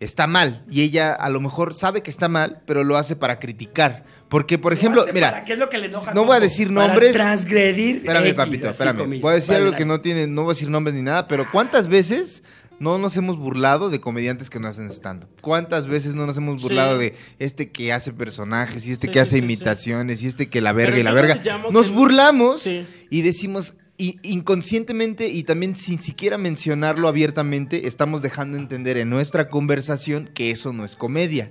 está mal. Y ella a lo mejor sabe que está mal, pero lo hace para criticar. Porque, por ejemplo,
hace
mira,
para- ¿Qué es lo que le enoja?
no
Coco?
voy a decir
Para
nombres.
transgredir.
espérame,
X,
papito,
así
espérame.
comillas.
Voy a decir
Vale,
algo
la-
que no tiene, no voy a decir nombres ni nada, pero ¿cuántas veces no nos hemos burlado de comediantes que no hacen stand-up? ¿Cuántas veces no nos hemos
Sí.
burlado de este que hace personajes y este
Sí,
que
sí,
hace
sí, sí.
imitaciones y este que la verga
Pero
y la
yo lo
verga?
llamo
Nos
que-
burlamos
Sí.
y decimos i- inconscientemente y también sin siquiera mencionarlo abiertamente, estamos dejando entender en nuestra conversación que eso no es comedia.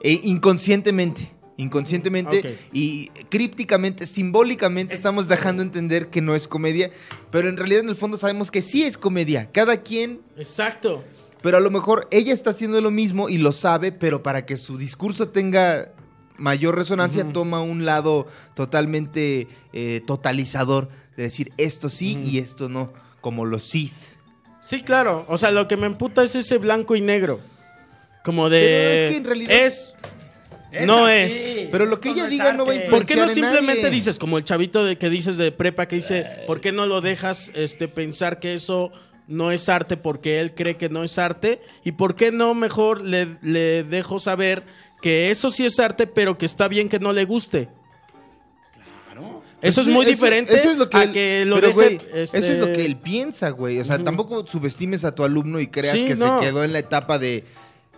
E inconscientemente. Inconscientemente
Ok.
y crípticamente, simbólicamente,
Es-
estamos dejando entender que no es comedia, pero en realidad en el fondo sabemos que sí es comedia. Cada quien,
Exacto.
pero a lo mejor ella está haciendo lo mismo y lo sabe, pero para que su discurso tenga mayor resonancia, toma un lado totalmente eh, totalizador de decir esto sí y esto no, como los Sith.
Sí, claro. O sea, lo que me emputa es ese blanco y negro. Como de.
Pero es que en realidad-
Es.
Es
no
así.
es.
Pero lo que
Esto
ella
es
diga no va a
arte.
¿Por qué no
influenciar eh, en
simplemente
nadie.
dices, como el chavito de, que dices de prepa, que dice, ¿por qué no lo dejas este, pensar que eso no es arte porque él cree que no es arte? ¿Y por qué no mejor le, le dejo saber que eso sí es arte, pero que está bien que no le guste?
Claro.
Eso
Pues
es
Sí,
muy diferente
eso es lo que
a
él-
que lo
pero,
deje,
güey,
este,
Eso es lo que él piensa, güey. O sea, tampoco subestimes a tu alumno y creas
Sí,
que
no.
se quedó en la etapa de.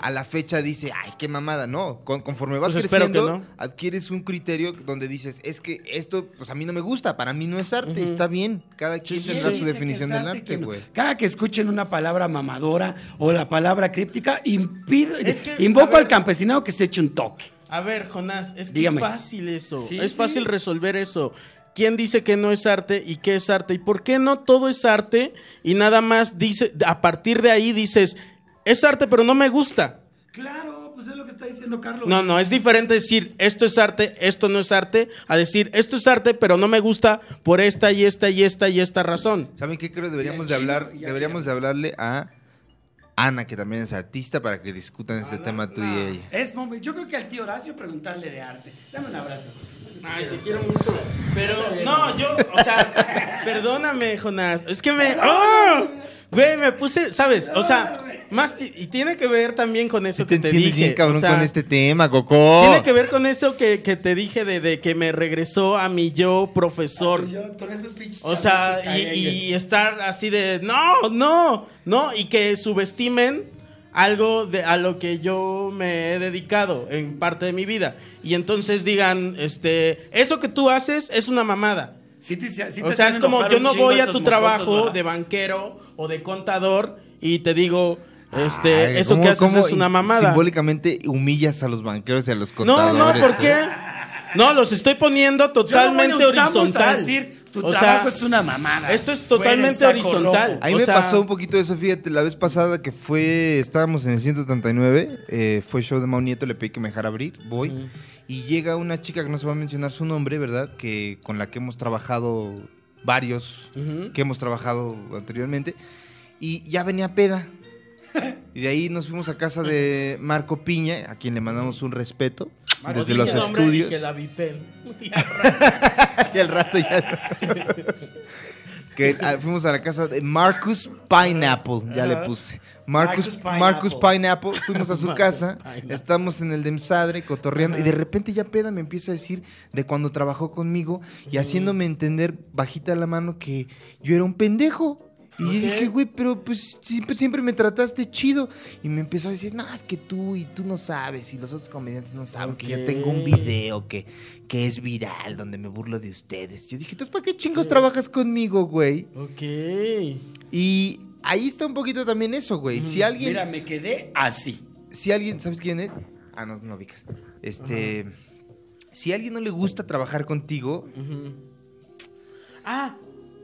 A la fecha dice, ay, qué mamada. No, con- conforme vas
Pues espero que
creciendo,
no.
adquieres un criterio donde dices, es que esto, pues a mí no me gusta, para mí no es arte, está bien. Cada quien
sí,
tendrá
sí.
su
Dice
definición
que es
del
arte,
arte,
que no.
güey.
Cada que escuchen una palabra mamadora o la palabra críptica, impido-
Es que, a
invoco
ver.
al campesinado que se eche un toque.
A ver, Jonás, es que
Dígame.
es fácil eso.
Sí,
es
sí.
fácil resolver eso. ¿Quién dice que no es arte y qué es arte? ¿Y por qué no todo es arte? Y nada más dice, a partir de ahí dices, es arte, pero no me gusta.
Claro, pues es lo que está diciendo Carlos.
No, no, es diferente decir esto es arte, esto no es arte, a decir esto es arte, pero no me gusta por esta y esta y esta y esta razón.
¿Saben qué creo? Deberíamos de
Mira, el
hablar,
chino, ya
deberíamos de hablarle a Ana, que también es artista, para que discutan ese tema tú y ella.
Ah, Es momen- Yo creo que al tío Horacio preguntarle de arte. Dame un abrazo.
Ay, te quiero mucho. Pero, no, yo, o sea, perdóname, Jonás. Es que me. ¡Oh! Güey, me puse, ¿sabes? O sea, más. ti- Y tiene que ver también con eso
Sí
que
te
te
enciendes
dije.
bien cabrón
o sea,
con este Oh. tema, Coco.
Tiene que ver con eso que, que te dije de, de que me regresó a mi yo profesor.
Ah, pues Yo con esos pinches
O
chamacos
sea,
caguengues.
y, y estar así de no, no, no, y que subestimen algo de a lo que yo me he dedicado en parte de mi vida. Y entonces digan, este, eso que tú haces es una mamada.
Sí te- sí te
o sea,
hacen
es como
enojar
yo
un
no
chingo
voy a
esos
tu
mocosos,
trabajo
¿verdad?
de banquero o de contador y te digo, este,
Ay,
eso
¿cómo-
que haces
cómo
es una mamada.
Simbólicamente humillas a los banqueros y a los
No,
contadores.
no, ¿por
¿eh?
qué? No, los estoy poniendo totalmente
Yo no voy a usamos
horizontal.
a decir, tu
O sea,
trabajo es una mamada.
Esto es
Fuera el
totalmente
saco
horizontal.
rojo.
A mí
O
me
sea,
pasó un poquito eso, fíjate, la vez pasada que fue, estábamos en el 139, eh, fue show de Mau Nieto, le pedí que me dejara abrir, voy, y llega una chica que no se va a mencionar su nombre, ¿verdad? Que con la que hemos trabajado varios,
Ujú.
que hemos trabajado anteriormente, y ya venía peda. Y de ahí nos fuimos a casa de Marco Piña, a quien le mandamos un respeto
Marcos
desde
dice
los
nombre y
estudios.
que la vipen.
Y al rato ya. que ah, fuimos a la casa de Marcus Pineapple, ya le puse. Marcus,
Marcus
Pineapple.
Pineapple.
Marcus Pineapple, fuimos a su
Marcus
casa,
Pineapple.
estamos en el de Demsadre cotorreando, y de repente ya peda me empieza a decir de cuando trabajó conmigo y haciéndome entender bajita la mano que yo era un pendejo. Y yo dije, güey, pero pues siempre, siempre me trataste chido. Y me empezó a decir, no, es que tú y tú no sabes, y los otros comediantes no saben que yo tengo un
Ok.
video que, que es viral, donde me burlo de ustedes. Yo dije, entonces, ¿para qué chingos trabajas conmigo, güey?
ok.
Y ahí está un poquito también eso, güey. Si alguien,
Mira, me quedé así.
si alguien, ¿sabes quién es? Ah, no, no ubicas. Este, si a alguien no le gusta trabajar contigo,
Ujú. Ah,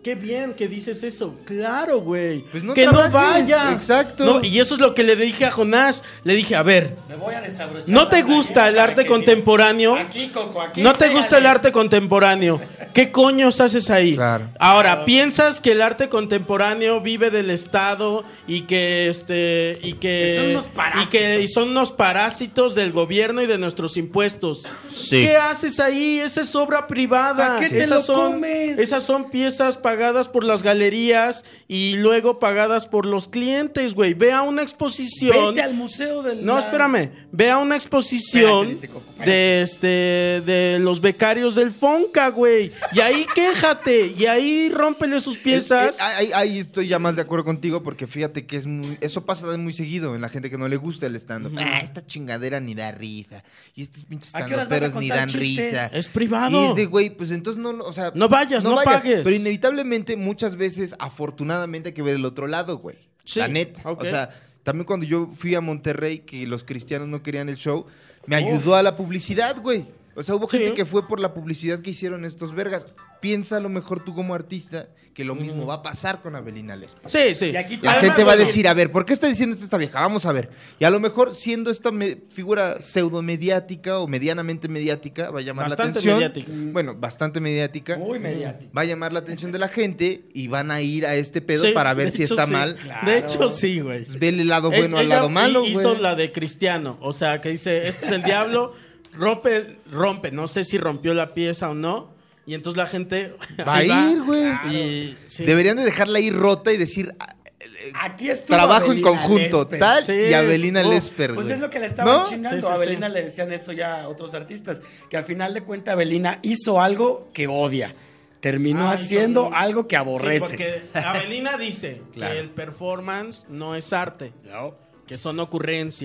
qué bien que dices eso. Claro, güey.
Pues no
que
trabajes,
no vaya.
exacto.
No, y eso es lo que le dije a Jonás. Le dije, a ver,
Me voy a desabrochar.
¿no te
la
gusta el
playera
arte
para que-
contemporáneo?
Aquí, Coco, aquí.
¿No te
pégale.
gusta el arte contemporáneo? ¿qué coños haces ahí?
Claro.
Ahora, ¿piensas que el arte contemporáneo vive del Estado y que este y que,
Que son unos parásitos.
y que y son unos parásitos del gobierno y de nuestros impuestos?
Sí.
¿Qué haces ahí? Esa es obra privada.
¿Para qué te
esas
lo
son
comes?
esas son piezas pagadas por las galerías y luego pagadas por los clientes, güey. Ve a una exposición.
Vete al museo del.
No, espérame. Ve a una exposición
Espérate, dice Coco, espérate.
de este de los becarios del Fonca, güey. Y ahí quéjate. Y ahí rómpele sus
Eh,
piezas.
eh, ahí, ahí estoy ya más de acuerdo contigo porque fíjate que es muy- eso pasa muy seguido en la gente que no le gusta el stand-up. Ah, esta chingadera ni da risa. Y estos pinches
¿A qué horas vas a
stand-uperos ni dan
contar chistes?
risa.
Es
Y
privado.
es de, güey, pues entonces no, no, o sea...
No vayas, no pagues.
Pero inevitablemente, muchas veces, afortunadamente, hay que ver el otro lado, güey.
Sí,
La neta.
ok.
O sea, también cuando yo fui a Monterrey, que los cristianos no querían el show, me ayudó a la publicidad, güey. O sea, hubo
Sí.
gente que fue por la publicidad que hicieron estos vergas. Piensa a lo mejor tú como artista que lo mismo va a pasar con Abelina Lespa.
Sí, sí.
Y aquí
La
Además,
gente va a
bueno,
decir, a ver, ¿por qué está diciendo esto esta vieja? Vamos a ver. Y a lo mejor siendo esta me- figura pseudomediática o medianamente mediática, va a llamar
Bastante
la atención. Mm.
mediática.
Bueno, bastante mediática.
Muy mediático.
Va a llamar la atención de la gente y van a ir a este pedo
sí,
para
de
ver si
hecho,
está
sí.
mal.
De hecho, sí, güey.
Pues, Vele el lado bueno
Ella
al lado malo,
hi- Hizo
güey.
la de Cristiano, o sea, que dice, este es el diablo, rompe, rompe, no sé si rompió la pieza o no, y entonces la gente
Va
ahí
a ir, güey.
y- sí.
Deberían de dejarla ahí rota y decir ah,
Aquí estuvo.
trabajo en
Abelina
conjunto,
Lesper.
tal
Sí,
y Abelina
es- oh,
Lesper,
Pues
güey.
es lo que le estaban
¿No?
chingando.
Sí, sí,
a
sí.
Abelina le decían eso ya a otros artistas. Que al final de cuentas, Abelina hizo algo que odia. Terminó
Ah, hizo
haciendo
un-
algo que
Sí,
aborrece.
porque Avelina dice
Claro.
que el performance no es arte, que son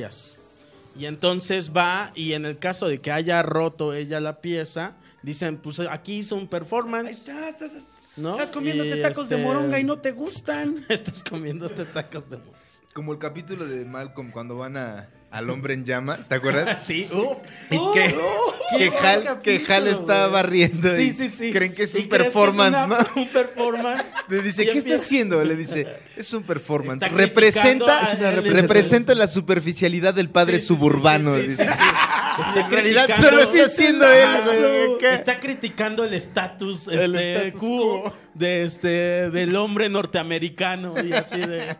ocurrencias. Y entonces va, y en el caso de que haya roto ella la pieza, dicen, pues aquí hizo un
Ahí
performance,
está, estás,
¿no?
estás comiéndote
Y,
tacos de
este,
moronga y no te gustan.
Estás comiéndote tacos de moronga.
Como el capítulo de Malcolm cuando van a, al hombre en llamas, ¿te acuerdas?
Sí, uf.
Y
¡Oh!
uf,
que,
uf,
que
qué
Hal,
buen
que Hal
capítulo,
está
güey.
barriendo. y
Sí, sí, sí.
Creen que es
Y
un
crees que
performance,
una-
¿no?
Un performance.
Le dice,
Y
¿qué está
empieza-
haciendo? Le dice, es un performance.
Está
representa
criticando a-
es una
a-
repre- representa la superficialidad del padre
Sí, sí, sí,
suburbano.
sí, sí,
dice. Este,
sí, sí. Está
En realidad
criticando- este
solo está haciendo él. güey, ¿qué?
Está criticando el estatus
El
este,
status
quo
quo.
de este del hombre norteamericano y así de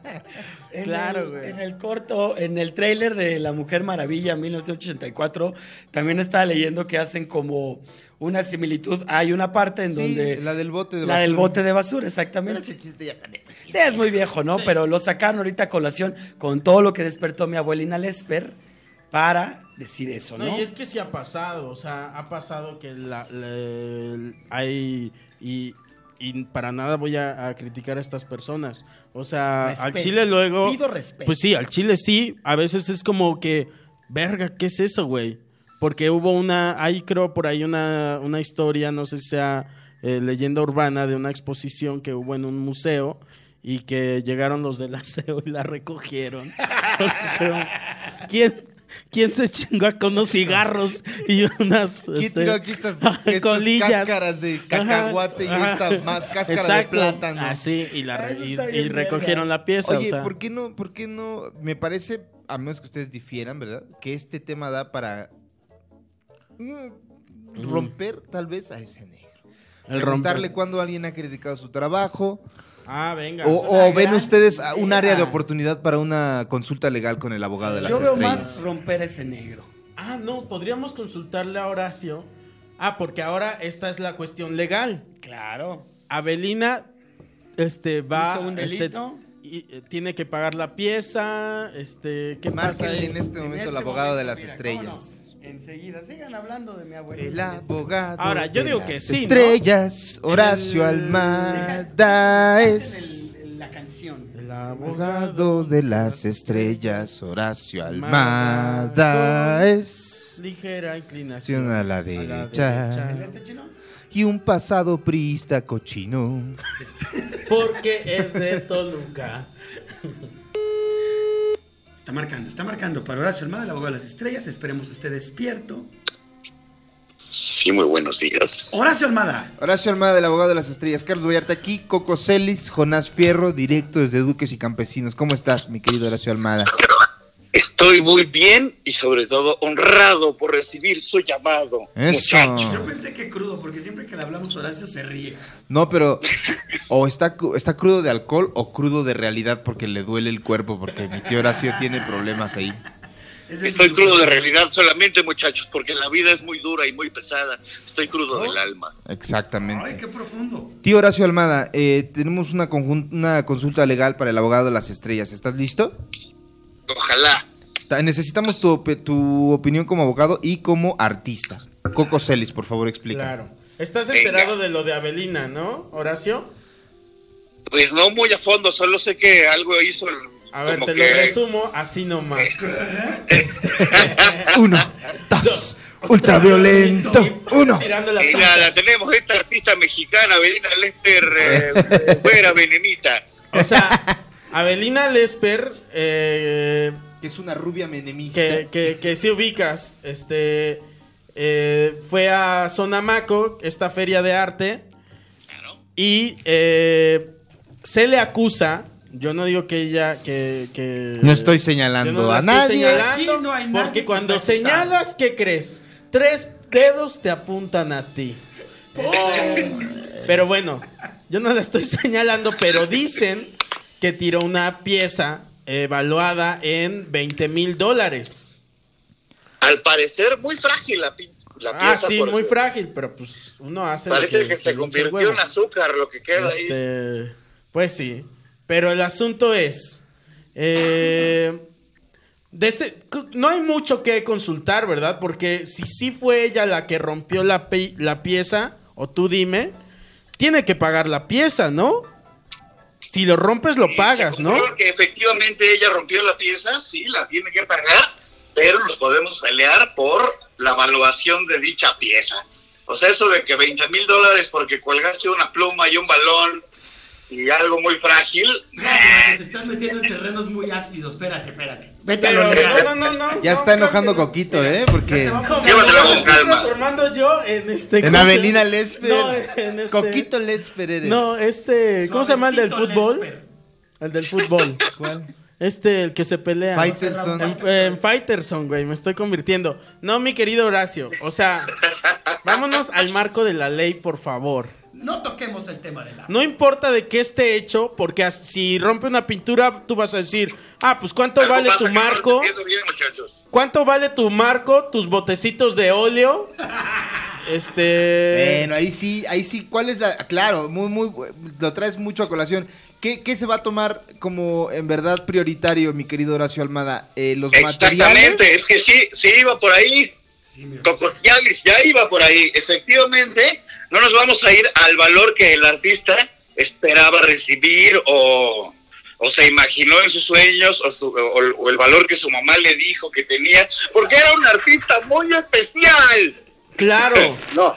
En
Claro,
el-
güey.
En el corto, en el tráiler de La Mujer Maravilla 1984, también estaba leyendo que hacen como una similitud. Hay una parte en
Sí,
donde...
la del bote de
la del
basura.
bote de basura,
Pero
exactamente.
ese chiste ya también.
Sí, es muy viejo, ¿no? Pero lo sacaron ahorita a colación con todo lo que despertó mi abuelina Lesper para decir eso, ¿no?
No, y es que sí ha pasado, o sea, ha pasado que la, la- el- hay y, y para nada voy a, a criticar a estas personas. O sea, Ah, al
Respeto.
Chile luego
Pido respeto.
Pues sí, al Chile sí, a veces es como que verga, ¿qué es eso, güey? Porque hubo una hay creo por ahí una una historia, no sé si sea eh, leyenda urbana de una exposición que hubo en un museo y que llegaron los del aseo y la recogieron. Porque dijeron, ¿Quién, ¿Quién se chingó con unos cigarros y unas
¿Quién
este,
tiró aquí estas, estas
colillas?
cáscaras de cacahuate
Ajá,
y esta más cáscara
Exacto.
de plátano?
Así, y, la,
Ah,
re-
eso
y-
está
y
bien
recogieron
vergas.
la pieza.
Oye,
o sea,
¿por qué no, por qué no? Me parece, a menos que ustedes difieran, ¿verdad? Que este tema da para mm, romper tal vez a ese negro.
el
Preguntarle
romper.
cuándo alguien ha criticado su trabajo.
Ah, venga.
O,
es una
o ven
gran
ustedes a- un área de
idea.
oportunidad para una consulta legal con el abogado de las
Yo veo
estrellas.
más romper ese negro.
Ah, no, podríamos consultarle a Horacio. Ah, porque ahora esta es la cuestión legal.
Claro.
Abelina este va
Hizo un
este,
delito.
y, eh, tiene que pagar la pieza, este, ¿qué pasa?
Márcale en este momento el abogado de las estrellas.
Enseguida, sigan hablando de mi
Pues El
abuelita.
abogado.
Ahora, yo
de
digo
las
que sí, ¿no?
Estrellas, Horacio
El-
Almada es.
la canción.
El
Abogado de las estrellas, Horacio
Almada
Almada es.
Ligera inclinación
Acción a la derecha.
¿En este chino?
Y un pasado priista cochino.
Porque es de Toluca.
Está marcando, está marcando. Para Horacio Almada, el abogado de las estrellas, esperemos esté despierto.
Sí, muy buenos días.
Horacio Almada.
Horacio Almada, el abogado de las estrellas. Carlos Boyarte aquí, Coco Celis, Jonás Fierro, directo desde Duques y Campesinos. ¿Cómo estás, mi querido Horacio Almada?
Estoy muy bien y sobre todo honrado por recibir su llamado.
Eso.
muchacho.
Yo pensé que crudo, porque siempre que le hablamos Horacio se ríe.
No, pero o está, cu- está crudo de alcohol o crudo de realidad porque le duele el cuerpo, porque mi tío Horacio tiene problemas ahí.
Ese es
Estoy
su-
crudo de realidad solamente, muchachos, porque la vida es muy dura y muy pesada. Estoy crudo del alma.
Ay,
Exactamente.
qué profundo.
Tío Horacio Almada, eh, tenemos una, conjun- una consulta legal para el abogado de las estrellas. ¿Estás listo?
Ojalá.
Ta- Necesitamos tu, opi- tu opinión como abogado y como artista. Coco Celis, por favor, explica.
Claro. Estás
Venga.
enterado de lo de Abelina, ¿no, Horacio?
Pues no muy a fondo, solo sé que algo hizo. el-
A ver,
como
te
que-
lo resumo así nomás.
Uno, dos, ultraviolento. Uno.
Tirando la
Y
taza.
Eh, nada, tenemos esta artista mexicana, Belina Lester, eh, fuera venenita.
O sea, Abelina Lesper, eh,
Que es una rubia menemista.
que, que, que si ubicas, este, eh, fue a Sonamaco, esta feria de arte, y eh, se le acusa, yo no digo que ella, que... que-
No estoy
yo
señalando
no la
a
estoy
nadie.
señalando,
Aquí no hay nadie
porque
que
cuando
sea acusado.
señalas, ¿qué crees? Tres dedos te apuntan a ti. Pero bueno, yo no la estoy señalando, pero dicen que tiró una pieza evaluada en 20 mil dólares.
Al parecer, muy frágil la, pi- la pieza.
Ah, sí,
porque
muy frágil, pero pues uno hace... lo
Parece que,
le
se
hincha el
convirtió
huevo.
en azúcar lo que queda ahí.
Este, pues sí. Pero el asunto es. eh, de ese- cu- no hay mucho que consultar, ¿verdad? Porque si sí fue ella la que rompió la, pi- la pieza, o tú dime, tiene que pagar la pieza, ¿no? Si lo rompes, lo
Y
pagas,
se
¿no?
comprobó que efectivamente ella rompió la pieza, sí, la tiene que pagar, pero nos podemos pelear por la evaluación de dicha pieza. O sea, eso de que 20 mil dólares porque colgaste una pluma y un balón y algo muy frágil, eh,
Espérate, Te estás metiendo en terrenos muy ácidos. Espérate, espérate. Vete
Pero
a lo legal.
no, no, no, no,
Ya
no,
está
creo
enojando
que no.
Coquito, ¿eh? Porque
Llévatelo con calma.
transformando yo en este.
en
¿cómo se
Avelina
llama?
Lesper.
No, en este-
Coquito Lesper eres.
No, este. ¿Cómo se llama el del
Suavecito,
fútbol?
Lesper.
El del fútbol.
¿Cuál?
Este, el que se pelea.
Faitelson.
En, en Fighterson, güey, me estoy convirtiendo. No, mi querido Horacio. O sea, vámonos al marco de la ley, por favor.
No toquemos el tema de la.
No importa de qué esté hecho, porque as- si rompe una pintura, tú vas a decir, ah, pues cuánto
algo
vale
pasa
tu
que no lo
marco,
entiendo bien, muchachos.
cuánto vale tu marco, tus botecitos de óleo. Este.
Bueno, ahí sí, ahí sí, ¿cuál es la...? Claro, muy, muy, lo traes mucho a colación. ¿Qué, qué se va a tomar como en verdad prioritario, mi querido Horacio Almada? Eh, ¿Los materiales?
Exactamente, es que sí, sí iba por ahí.
Sí, mi-
Cocotialis ya iba por ahí. Efectivamente, no nos vamos a ir al valor que el artista esperaba recibir o, o se imaginó en sus sueños o, su- o- o el valor que su mamá le dijo que tenía, porque era un artista muy especial.
Claro.
No,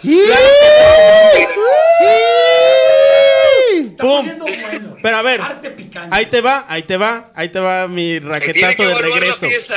Está
¡Pum!
poniendo bueno.
Pero a ver,
Arte picante.
Ahí te va, ahí te va, ahí te va mi
que tiene que
raquetazo de
evaluar
regreso.
la pieza.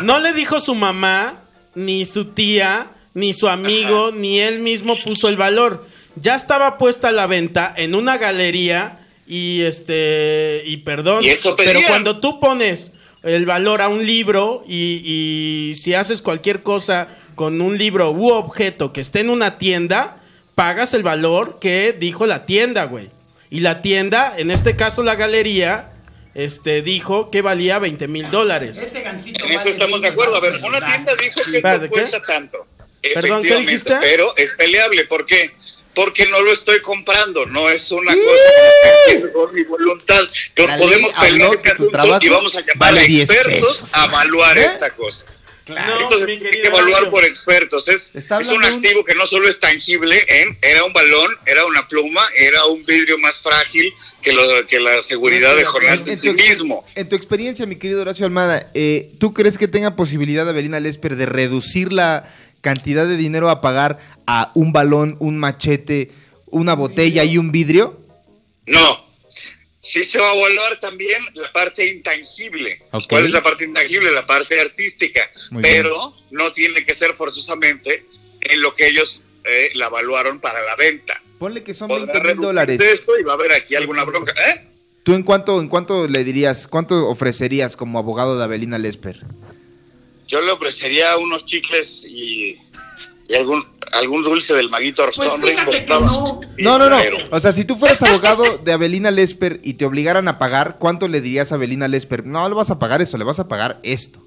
No le dijo su mamá, ni su tía, ni su amigo, ni él mismo puso el valor. Ya estaba puesta a la venta en una galería y este y perdón,
Y eso pedían.
pero cuando tú pones el valor a un libro y, y si haces cualquier cosa con un libro u objeto que esté en una tienda, pagas el valor que dijo la tienda, güey. Y la tienda, en este caso la galería, este dijo que valía 20 mil dólares.
Ese gancito.
En eso
vale
estamos de
mil,
acuerdo. A ver,
vale
una
mil.
tienda dijo que
Espérate,
esto
¿qué?
cuesta tanto.
Perdón, ¿qué
Efectivamente,
dijiste?
Pero es peleable. ¿Por qué? Porque no lo estoy comprando. No es una cosa que tenga mi voluntad. Nos
La ley
podemos
habló
pelear
que
este
tu
asunto
trabajo
y vamos a llamar
vale
a
10
expertos
pesos.
a evaluar
¿Eh?
esta cosa.
Claro,
Entonces
mi
hay que
querido
evaluar
Horacio.
por expertos. Es,
Está
es un
hablando un-
activo que no solo es tangible, en, era un balón, era una pluma, era un vidrio más frágil que, lo, que la seguridad de Jonás en sí
ex-
mismo.
en tu experiencia, mi querido Horacio Almada, eh, ¿tú crees que tenga posibilidad Avelina Lesper de reducir la cantidad de dinero a pagar a un balón, un machete, una botella y un vidrio?
No. Sí se va a evaluar también la parte intangible.
Ok.
¿Cuál es la parte intangible? La parte artística.
Muy
Pero no tiene que ser forzosamente en lo que ellos eh, la evaluaron para la venta.
Ponle que son
Podrá
20 mil
reducirse
dólares.
esto y va a haber aquí alguna bronca. ¿Eh?
¿Tú en cuánto, en cuánto le dirías, cuánto ofrecerías como abogado de Abelina Lesper?
Yo le ofrecería unos chicles y, y algún, algún dulce del maguito
Pues
Armstrong.
fíjate que no.
No, no, no. O sea, si tú fueras abogado de Abelina Lesper y te obligaran a pagar, ¿cuánto le dirías a Abelina Lesper? No, le vas a pagar eso, le vas a pagar esto.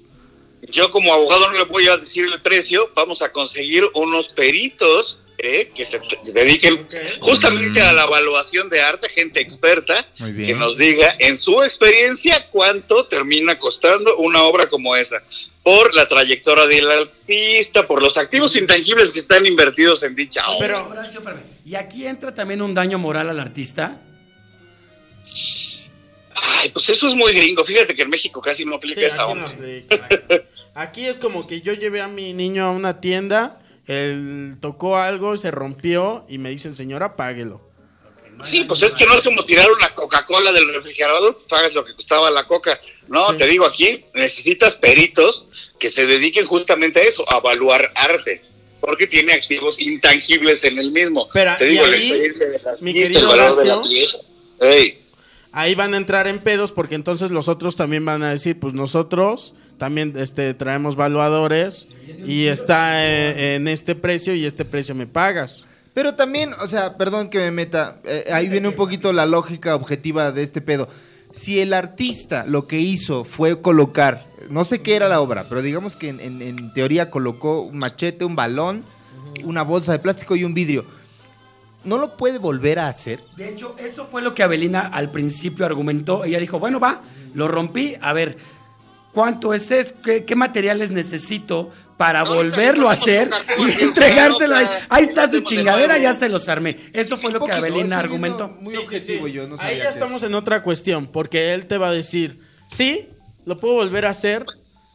Yo como abogado no le voy a decir el precio, vamos a conseguir unos peritos eh, que se t- dediquen justamente a la evaluación de arte, gente experta,
Muy bien.
que nos diga en su experiencia cuánto termina costando una obra como esa, por la trayectoria del artista, por los activos intangibles que están invertidos en dicha obra.
Pero, Horacio, espérame. ¿Y aquí entra también un daño moral al artista?
Ay, pues eso es muy gringo, fíjate que en México casi no aplica
Sí,
esa
aquí, no
onda.
aplica. Aquí es como que yo llevé a mi niño a una tienda, él tocó algo, se rompió y me dicen, señora, páguelo.
Sí, pues es que no es como tirar una Coca-Cola del refrigerador, pues pagas lo que costaba la coca. No,
Sí.
te digo aquí, necesitas peritos que se dediquen justamente a eso, a evaluar arte, porque tiene activos intangibles en el mismo.
Pero,
te
¿y
digo, la
ahí,
experiencia del
mi
artista, el
querido
valor de la
Horacio?
pieza. Ey,
Ahí van a entrar en pedos porque entonces los otros también van a decir, pues nosotros también este, traemos valuadores y está eh, en este precio y este precio me pagas.
Pero también, o sea, perdón que me meta, eh, ahí viene un poquito la lógica objetiva de este pedo. Si el artista lo que hizo fue colocar, no sé qué era la obra, pero digamos que en, en- en teoría colocó un machete, un balón, una bolsa de plástico y un vidrio, ¿no lo puede volver a hacer?
De hecho, eso fue lo que Abelina al principio argumentó. Ella dijo, bueno, va, lo rompí. A ver, ¿cuánto es esto? ¿Qué, qué materiales necesito para
Ahorita
volverlo a
compramos
hacer
Coca-Cola,
y
bien,
entregárselo? Ahí,
claro,
ahí
y lo
está su
hacemos de
chingadera,
nuevo.
ya se los armé. Eso fue lo que
Poquito,
Abelina
estoy viendo
argumentó.
Muy
Sí, sí,
objetivo
sí.
yo, no
Ahí
sabía
ya
qué
estamos
es.
en otra cuestión, porque él te va a decir, sí, lo puedo volver a hacer,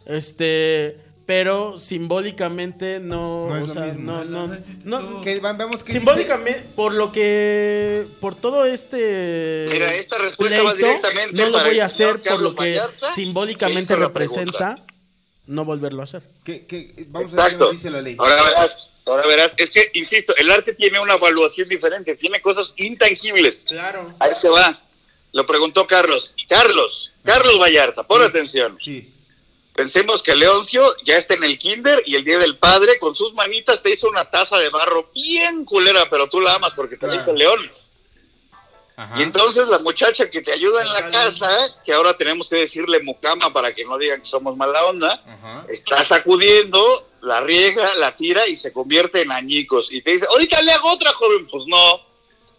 este, pero simbólicamente no,
No es
o
lo
sea,
mismo.
no, no, este
No, no es
no,
instituto.
Que va- vemos qué dice.
Simbólicamente, por lo que, por todo este.
Mira, esta respuesta va directamente
No lo
para
voy
el
a
señor
hacer por
Carlos
lo que
Vallarta, que
simbólicamente
hizo la
representa no volverlo a hacer.
Que- que- vamos a ver qué
exacto.
nos dice la ley.
Ahora verás, ahora verás. Es que, insisto, el arte tiene una evaluación diferente, tiene cosas intangibles.
Claro.
Ahí te va. Lo preguntó Carlos. Carlos, Carlos Vallarta, pon atención.
Sí.
Pensemos que Leoncio ya está en el kinder y el día del padre con sus manitas te hizo una taza de barro bien culera, pero tú la amas porque te la hizo León. Y entonces la muchacha que te ayuda en la casa, que ahora tenemos que decirle mucama para que no digan que somos mala onda, está sacudiendo, la riega, la tira y se convierte en añicos. Y te dice, ahorita le hago otra, joven. Pues no,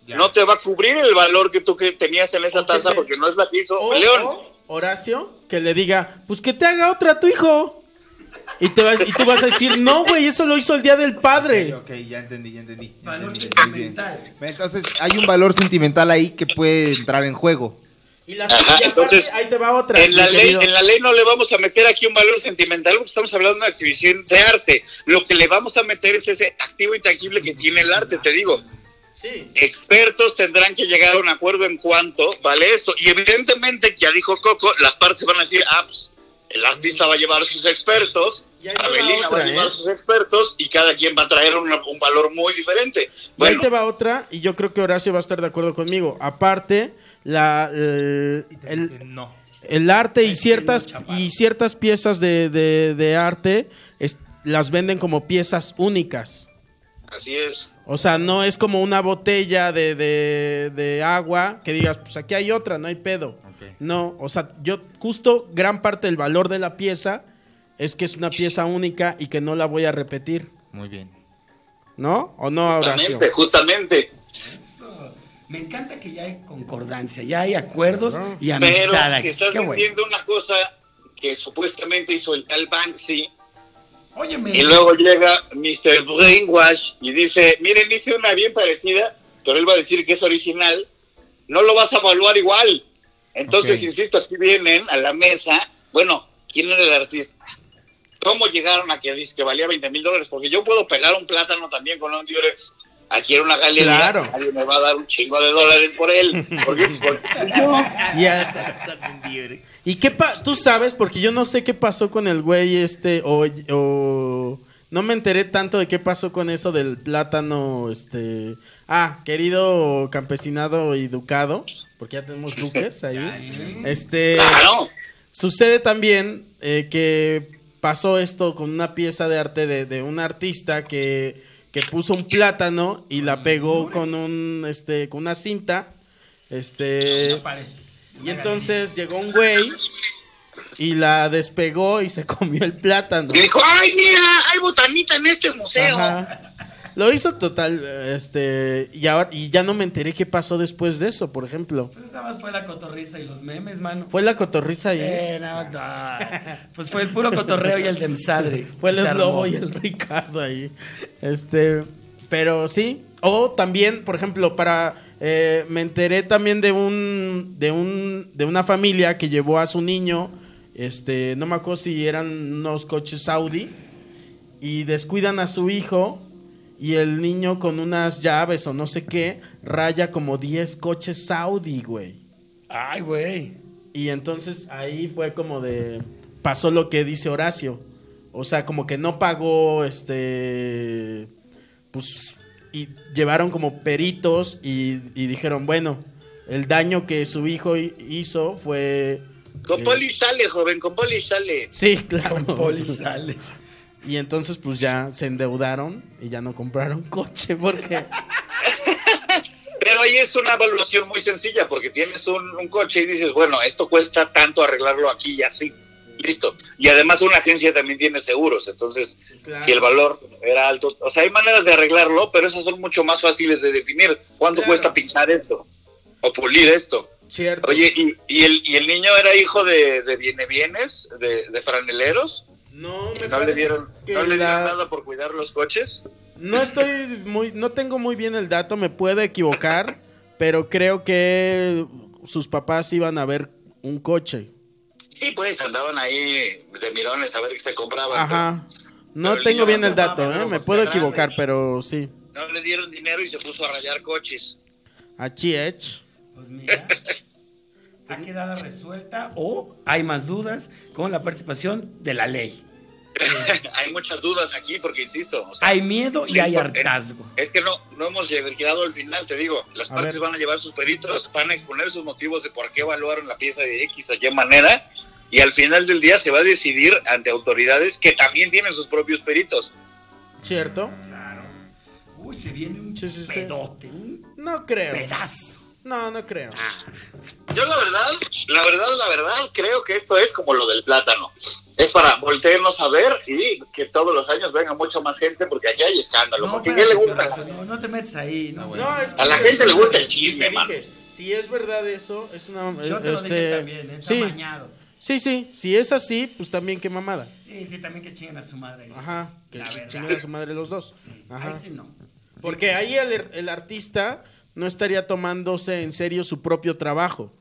no te va a cubrir el valor que tú que tenías en esa
O que
taza
te-
porque no es la que hizo
O,
León.
o Horacio, que le diga, pues que te haga otra a tu hijo. Y, te vas, y tú vas a decir, no, güey, eso lo hizo el día del padre.
Ok, ya entendí, ya entendí. ya
Valor
entendí, muy bien.
sentimental.
Entonces, hay un valor sentimental ahí que puede entrar en juego.
Y, las,
Ajá,
y aparte,
entonces,
ahí te va otra.
En la,
mi
ley,
querido.
en la ley no le vamos a meter aquí un valor sentimental porque estamos hablando de una exhibición de arte. Lo que le vamos a meter es ese activo intangible que tiene el arte, te digo.
Sí.
Expertos tendrán que llegar a un acuerdo en cuanto vale esto. Y evidentemente, ya dijo Coco, las partes van a decir, ah, pues, el artista va a llevar a sus expertos,
Y ahí te va
Abelina va
otra,
a llevar
¿eh?
a sus expertos y cada quien va a traer un, un valor muy diferente.
Y ahí
Bueno,
te va otra, y yo creo que Horacio va a estar de acuerdo conmigo. Aparte, la, el- el,
no.
El arte y ciertas,
tiene un chaparro.
y ciertas piezas de, de- de arte es- las venden como piezas únicas.
así es.
O sea, no es como una botella de, de- de agua que digas, pues aquí hay otra, no hay pedo. No, o sea, yo justo gran parte del valor de la pieza es que es una pieza única y que no la voy a repetir.
Muy bien.
¿No? ¿O no, Horacio?
Justamente, justamente.
Eso. Me encanta que ya hay concordancia, ya hay acuerdos y
Pero
amistad
si
aquí.
estás
Qué bueno.
vendiendo una cosa que supuestamente hizo el tal Banksy,
Óyeme.
y luego llega Mr. Brainwash y dice, miren, hice una bien parecida, pero él va a decir que es original, no lo vas a evaluar igual. Entonces,
Ok.
insisto, aquí vienen a la mesa, bueno, ¿quién era el artista? ¿Cómo llegaron a que dice que valía 20 mil dólares? Porque yo puedo pegar un plátano también con un Durex. Aquí en una galería,
Claro.
alguien me va a dar un chingo de dólares por él. Porque, porque
Y, a- ¿Y qué pa- tú sabes? Porque yo no sé qué pasó con el güey este o, o No me enteré tanto de qué pasó con eso del plátano, este... Ah, querido campesinado y ducado, porque ya tenemos duques ahí. Este...
Claro.
Sucede también eh, que pasó esto con una pieza de arte de, de un artista que, que puso un plátano y la pegó con un este con una cinta. Este y entonces llegó un güey y la despegó y se comió el plátano.
Y dijo, ay, mira, hay botanita en este museo.
Ajá. Lo hizo total, este, y ahora, y ya no me enteré qué pasó después de eso, por ejemplo.
Pues nada más fue la cotorriza y los memes, mano.
Fue la cotorriza ahí.
Eh, no, no. Pues fue el puro cotorreo y el demsadre.
Fue el
Se armó.
Slobo y el Ricardo ahí. Este, pero sí. O también, por ejemplo, para. eh, me enteré también de un, de un. de una familia que llevó a su niño. Este. No me acuerdo si eran unos coches Audi. Y descuidan a su hijo. Y el niño con unas llaves o no sé qué. Raya como 10 coches Audi, güey.
Ay, güey.
Y entonces ahí fue como de. Pasó lo que dice Horacio. O sea, como que no pagó este. Pues. Y llevaron como peritos y, y dijeron, bueno, el daño que su hijo hi- hizo fue.
Con
eh,
Poli sale, joven, con Poli sale.
Sí, claro.
Con Poli sale.
Y entonces, pues ya se endeudaron y ya no compraron coche porque.
Pero ahí es una evaluación muy sencilla, porque tienes un, un coche y dices, bueno, esto cuesta tanto arreglarlo aquí y así. Listo. Y además una agencia también tiene seguros, entonces
Claro.
si el valor era alto, o sea, hay maneras de arreglarlo, pero esas son mucho más fáciles de definir. ¿Cuánto
Claro.
cuesta pinchar esto? O pulir esto.
Cierto.
Oye, ¿y, y el, y el niño era hijo de, de viene bienes, de, de franeleros?
no, me
¿No le
parece
dieron,
que
no le dieron
la-
nada por cuidar los coches?
No estoy muy, no tengo muy bien el dato, me puedo equivocar, pero creo que sus papás iban a ver un coche.
Sí, pues andaban ahí de mirones a ver qué se compraban.
Ajá.
Pero
No
el
tengo
niño
bien
no
el
se
dato,
mame,
¿eh?
luego
me
se
puedo
grande.
equivocar, pero sí.
No le dieron dinero y se puso a rayar coches.
A Chiech.
Pues mira. Ha quedado resuelta o hay más dudas con la participación de la ley.
hay muchas dudas aquí porque, insisto, o sea,
Hay miedo y hay hartazgo.
es que no, no hemos llegado al final, te digo. Las
A
partes
ver.
van a llevar sus peritos, van a exponer sus motivos de por qué evaluaron la pieza de X o Y manera. Y al final del día se va a decidir ante autoridades que también tienen sus propios peritos.
¿Cierto?
Claro. Uy, se viene un
Sí, sí, sí.
pedote, un
No creo.
pedazo.
No, no creo.
Ah,
Yo la verdad, la verdad, la verdad, creo que esto es como lo del plátano. Es para voltearnos a ver y que todos los años venga mucha más gente porque aquí hay escándalo. porque ¿qué
espérate,
le gusta? Ah, a la
Horacio, No, no te metes ahí. No,
No, es que-
A la gente le gusta el chisme,
Dije,
man.
Si es verdad eso, es una.
Yo te lo dije
este,
también, es
sí,
amañado.
sí, sí. Si es así, pues también qué mamada.
Sí, sí, también que chinguen a su madre. pues,
Ajá. Que
la verdad.
chinguen a su madre los dos.
Sí,
Ajá.
Ahí sí no.
Porque ahí el, el artista no estaría tomándose en serio su propio trabajo.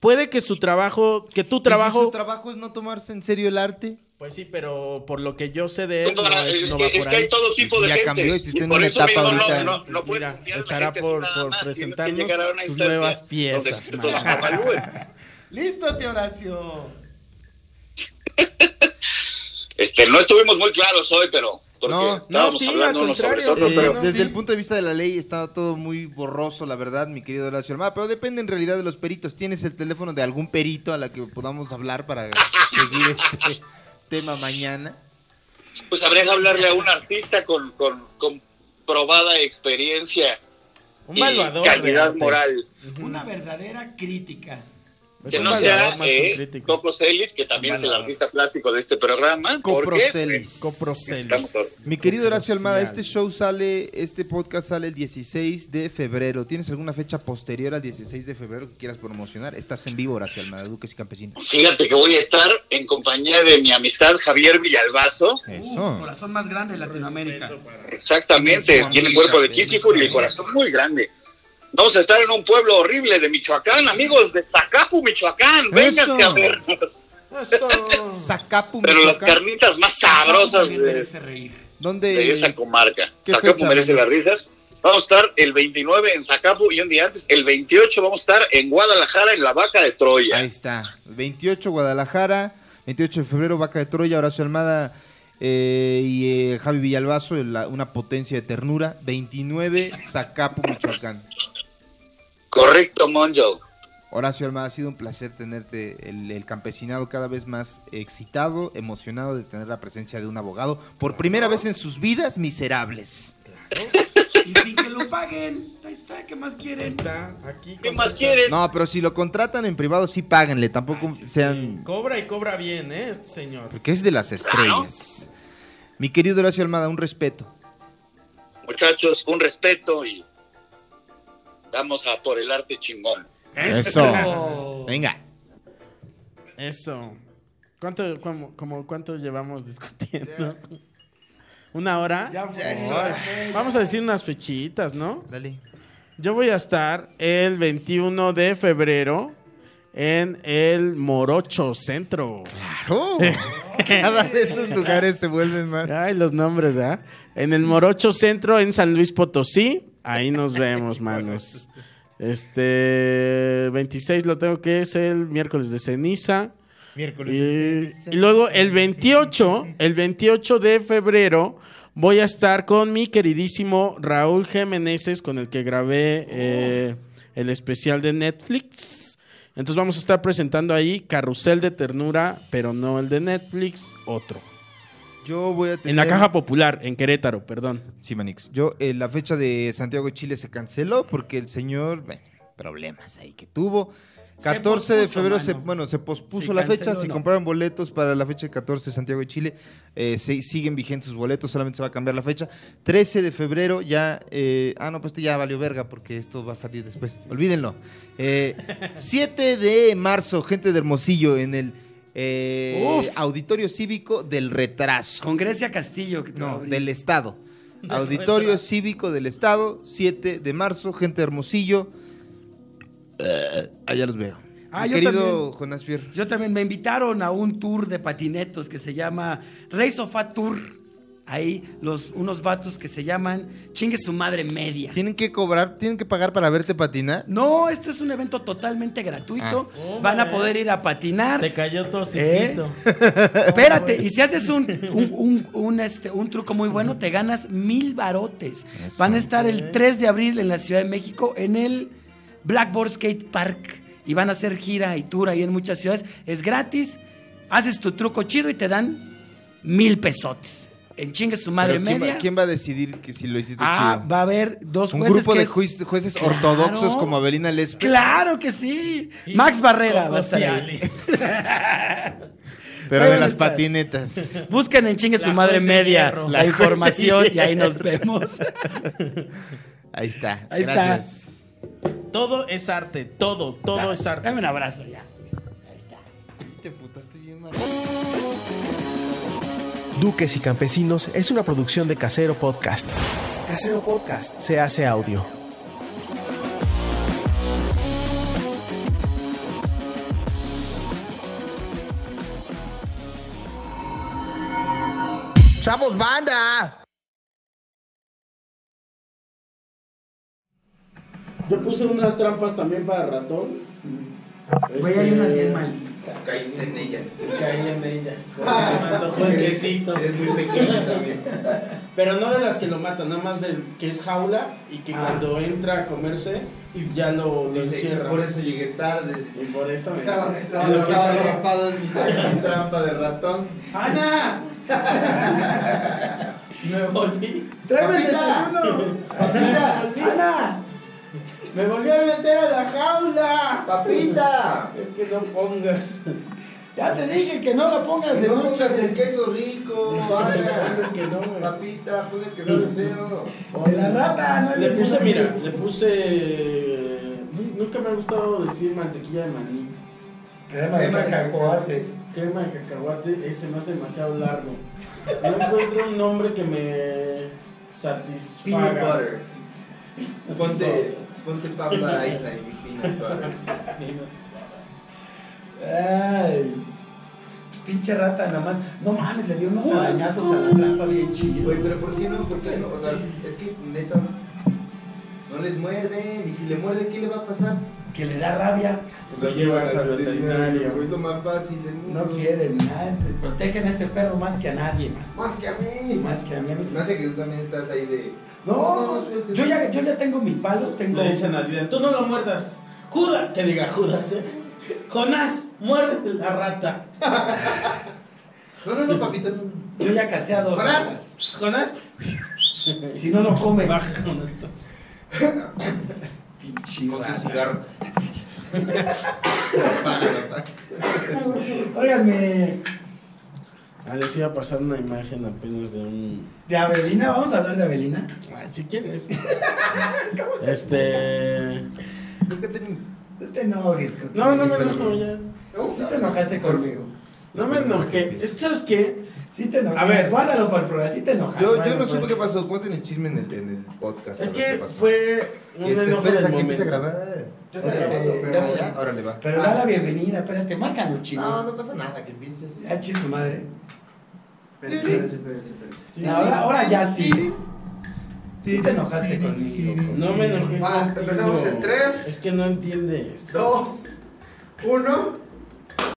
Puede que su trabajo,
Pues
que tu
¿Y si
trabajo...
su trabajo es no tomarse en serio el arte.
pues sí, pero por lo que yo sé de él, no,
Toda-
es-
es,
no
que,
va
es
por
que
ahí.
hay todo tipo
Sí,
de
ya
gente.
cambió, existe
y
en
por
una
eso
etapa
mismo
ahorita.
no, no, no puedes
Mira,
confiar en la
estará
gente,
por-
nada
por
más, tienes que
presentarnos
llegar a una
sus
instancia
nuevas
donde
piezas,
expertos
man.
nos evalúen.
Listo, tío Horacio.
Este, no estuvimos muy claros hoy, pero porque
No, no,
estábamos
sí,
hablando
al
unos sobre
contrario,
otros,
Eh,
pero
no,
desde
sí.
el punto de vista de la ley está todo muy borroso, la verdad, mi querido Horacio Armada. Pero depende en realidad de los peritos. ¿Tienes el teléfono de algún perito a la que podamos hablar para seguir este tema mañana?
pues habría que hablarle a un artista con, con, con probada experiencia
Un
y
evaluador de
calidad
arte.
moral.
Una verdadera crítica.
Es
que
un
no
evaluador
sea
más que un
eh,
crítico.
Coco Celis, que también
Un
es el
evaluador.
artista plástico de este programa. ¿Por qué?
Coprocelis.
Coprocelis.
Estamos todos.
Mi querido Horacio Almada, este
Coprocelis.
show sale, este podcast sale el 16 de febrero. ¿Tienes alguna fecha posterior al 16 de febrero que quieras promocionar? Estás en vivo, Horacio Almada, Duques y Campesinos.
Fíjate que voy a estar en compañía de mi amistad Javier Villalbazo.
Uh,
Eso.
corazón más grande de Latinoamérica.
Exactamente, tiene cuerpo de Kisifur y el corazón muy grande. Vamos a estar en un pueblo horrible de Michoacán, amigos de Zacapu, Michoacán, vénganse
Eso.
a vernos.
Eso.
Zacapu,
Pero las
Michoacán.
carnitas más sabrosas
Me
de,
merece reír.
de esa
¿Dónde?
comarca.
¿Qué
Zacapu
fecha,
merece las
amigos?
risas. Vamos a estar el 29 en Zacapu y un día antes, el 28 vamos a estar en Guadalajara, en la Vaca de Troya.
Ahí está. 28 Guadalajara, 28 de febrero, Vaca de Troya, Horacio Almada Eh, y eh, Javi Villalbazo, el- la- una potencia de ternura. 29, Zacapu, Michoacán.
Correcto, Monjo.
Horacio Almada, ha sido un placer tenerte el, el campesinado cada vez más excitado, emocionado de tener la presencia de un abogado por primera vez en sus vidas miserables.
Y sin que lo paguen. Ahí está, ¿qué más quieren?
Está aquí.
¿Qué
con
más
su-
quieres?
No, pero si lo contratan en privado, sí páganle, tampoco sean...
Cobra y cobra bien, ¿eh? Este señor.
Porque es de las estrellas. Mi querido Horacio Almada, un respeto.
Muchachos, un respeto y vamos a por el arte chingón.
Eso. Venga.
Eso. ¿Cuánto, como, como cuánto llevamos discutiendo? ¿Una hora?
Ya fue.
Vamos a decir unas fechitas, ¿no?
Dale.
Yo voy a estar el 21 de febrero en el Morocho Centro.
Claro. Cada vez los lugares se vuelven más.
Ay, los nombres, ¿ah? En el Morocho Centro en San Luis Potosí. Ahí nos vemos, manos. Este 26 lo tengo que es el miércoles de ceniza.
Miércoles.
Y, y luego el 28, el 28 de febrero, voy a estar con mi queridísimo Raúl Jiménez, con el que grabé eh, el especial de Netflix. Entonces vamos a estar presentando ahí Carrusel de Ternura, pero no el de Netflix, otro.
Yo voy a tener.
En la caja popular, en Querétaro, perdón.
Sí, Manix. Yo, eh, la fecha de Santiago de Chile se canceló porque el señor, bueno, problemas ahí que tuvo.
Se
14 de
pospuso,
febrero se,
mano.
bueno, se pospuso
Sí,
la
canceló,
fecha, se
no.
compraron boletos para la fecha de 14 de Santiago de Chile, Eh, se- siguen vigentes sus boletos, solamente se va a cambiar la fecha. 13 de febrero ya, eh, ah no, pues esto ya valió verga porque esto va a salir después, olvídenlo. Eh, 7 de marzo, gente de Hermosillo en el eh,
Uf.
Auditorio Cívico del Retraso.
Con Grecia Castillo. que te va a
No,
abrir.
del Estado. Auditorio Cívico del Estado, 7 de marzo, gente de Hermosillo. Eh, allá los veo.
Ah,
Mi
yo
querido
también.
Jonás Fier.
Yo también me invitaron a un tour de patinetos que se llama Rey Sofá Tour. Ahí los, unos vatos que se llaman Chingue su madre media.
Tienen que cobrar, tienen que pagar para verte patinar.
No, esto es un evento totalmente gratuito.
Ah.
Van a poder ir a patinar.
cayó todo
secito. Espérate, y si haces un, un, un- un, este, un truco muy bueno, te ganas mil barotes.
Eso.
Van a estar el 3 de abril en la Ciudad de México en el Blackboard Skate Park. Y van a hacer gira y tour ahí en muchas ciudades. Es gratis, haces tu truco chido y te dan mil pesotes. En chingue su madre
Pero ¿quién,
media.
Va, quién va a decidir que si lo hiciste
ah,
chido?
va a haber dos
Un
jueces.
grupo
que
de
es-
juez- jueces
Claro.
ortodoxos como Abelina Lespe.
Claro que sí. Max Barrera va a estar ahí.
Pero
ahí
de
van a
las
estar.
patinetas.
Busquen en chingue su
La
madre
juez de
media
La
hierro.
la,
juez de
información y ahí
hierro.
nos vemos.
Ahí está.
Ahí está.
Gracias.
Todo es arte, todo, todo es arte.
Dame un abrazo ya.
Te putaste bien mal.
Duques y Campesinos es una producción de Casero Podcast. Casero Podcast se hace audio.
¡Chavos, banda!
Yo puse unas trampas también para ratón. Este,
Güey, hay unas bien malditas.
Caíste en ellas.
Caían ellas. se me antojó el quesito.
muy pequeño también.
Pero no de las que lo matan, nada más del que es jaula y
Ah.
que cuando entra a comerse y ya lo, lo encierra.
llegué tarde.
Y por eso me-
Estaba, estaba,
en lo que
estaba
sale.
atrapado en mi, en mi trampa de ratón.
¡Ana! me volví.
¡Tráeme el desayuno! ¡Papita!
¡Ana! ¡Me volví a meter a la jaula!
¡Papita!
Es que no pongas.
Ya te dije que no lo pongas
¡No pongas el queso rico! ¡Ana!
Que no me-
¡Papita! ¡Pon el que sabe feo!
De la rata, no
Le puse, mira, le puse. nu- Nunca me ha gustado decir mantequilla de maní.
Crema
de cacahuate.
Crema de cacahuate, ese me hace demasiado largo. No encuentro un nombre que me satisfaga.
¡Peanut butter! Ponte, ponte papa ice y peanut butter.
Ay. Pinche rata nada más. No mames, le dio unos arañazos a la trampa bien chido.
Güey, pero ¿por qué no? ¿Por qué no? O sea, es que neta, no les muerden. Y si le muerden, ¿qué le va a pasar? Pues,
que le da rabia.
Lo llevas al veterinario.
Es lo más fácil del mundo.
No quieren nada, te protegen a ese perro más que a nadie, man.
Más que a mí.
Más que a mí. a mí se-
Me hace que tú también estás ahí de.
No,
sueltes.
yo ya, yo ya tengo mi palo, tengo...
Le dicen a Adrián, tú no lo muerdas. Judas, que diga Judas, ¿eh? Jonás, muerde la rata.
No, no, no, papito. no, no.
Yo ya casé a dos.
Fras.
Jonás,
ratas. Si no lo comes.
baja con esas.
Pinche
Con su
rata.
cigarro. Apaga, apaga.
Óiganme,
Ah, les iba a pasar una imagen apenas de un.
de Avelina, vamos a hablar de Avelina.
Ah, si quieres. este.
Es que ten-
No te enojes. con-
No, no me enojo ya.
Sí te enojaste conmigo.
No me enojé. Es que, ¿sabes qué?
Sí te enojaste.
A ver.
Guárdalo para el programa, sí te enojaste.
Yo, yo
Bueno,
no supe
pues,
qué pasó. Cuenten el chisme en el, en el podcast.
Es
a ver
que
qué pasó.
fue
Y
un
te
enojo
esperas
del
a que empiece a
momento.
grabar. Ya
está grabando, pero ya.
Órale, va.
Pero da la bienvenida, espérate, márcanos, chico.
No, no pasa nada, que empieces.
Ah, chis, su madre.
Espérense,
espérense,
Sí, ahora, ahora ya sí. Sí te enojaste conmigo. con-
No me enojé.
Va,
contigo.
empezamos en tres.
Es que no entiendes.
Dos, uno.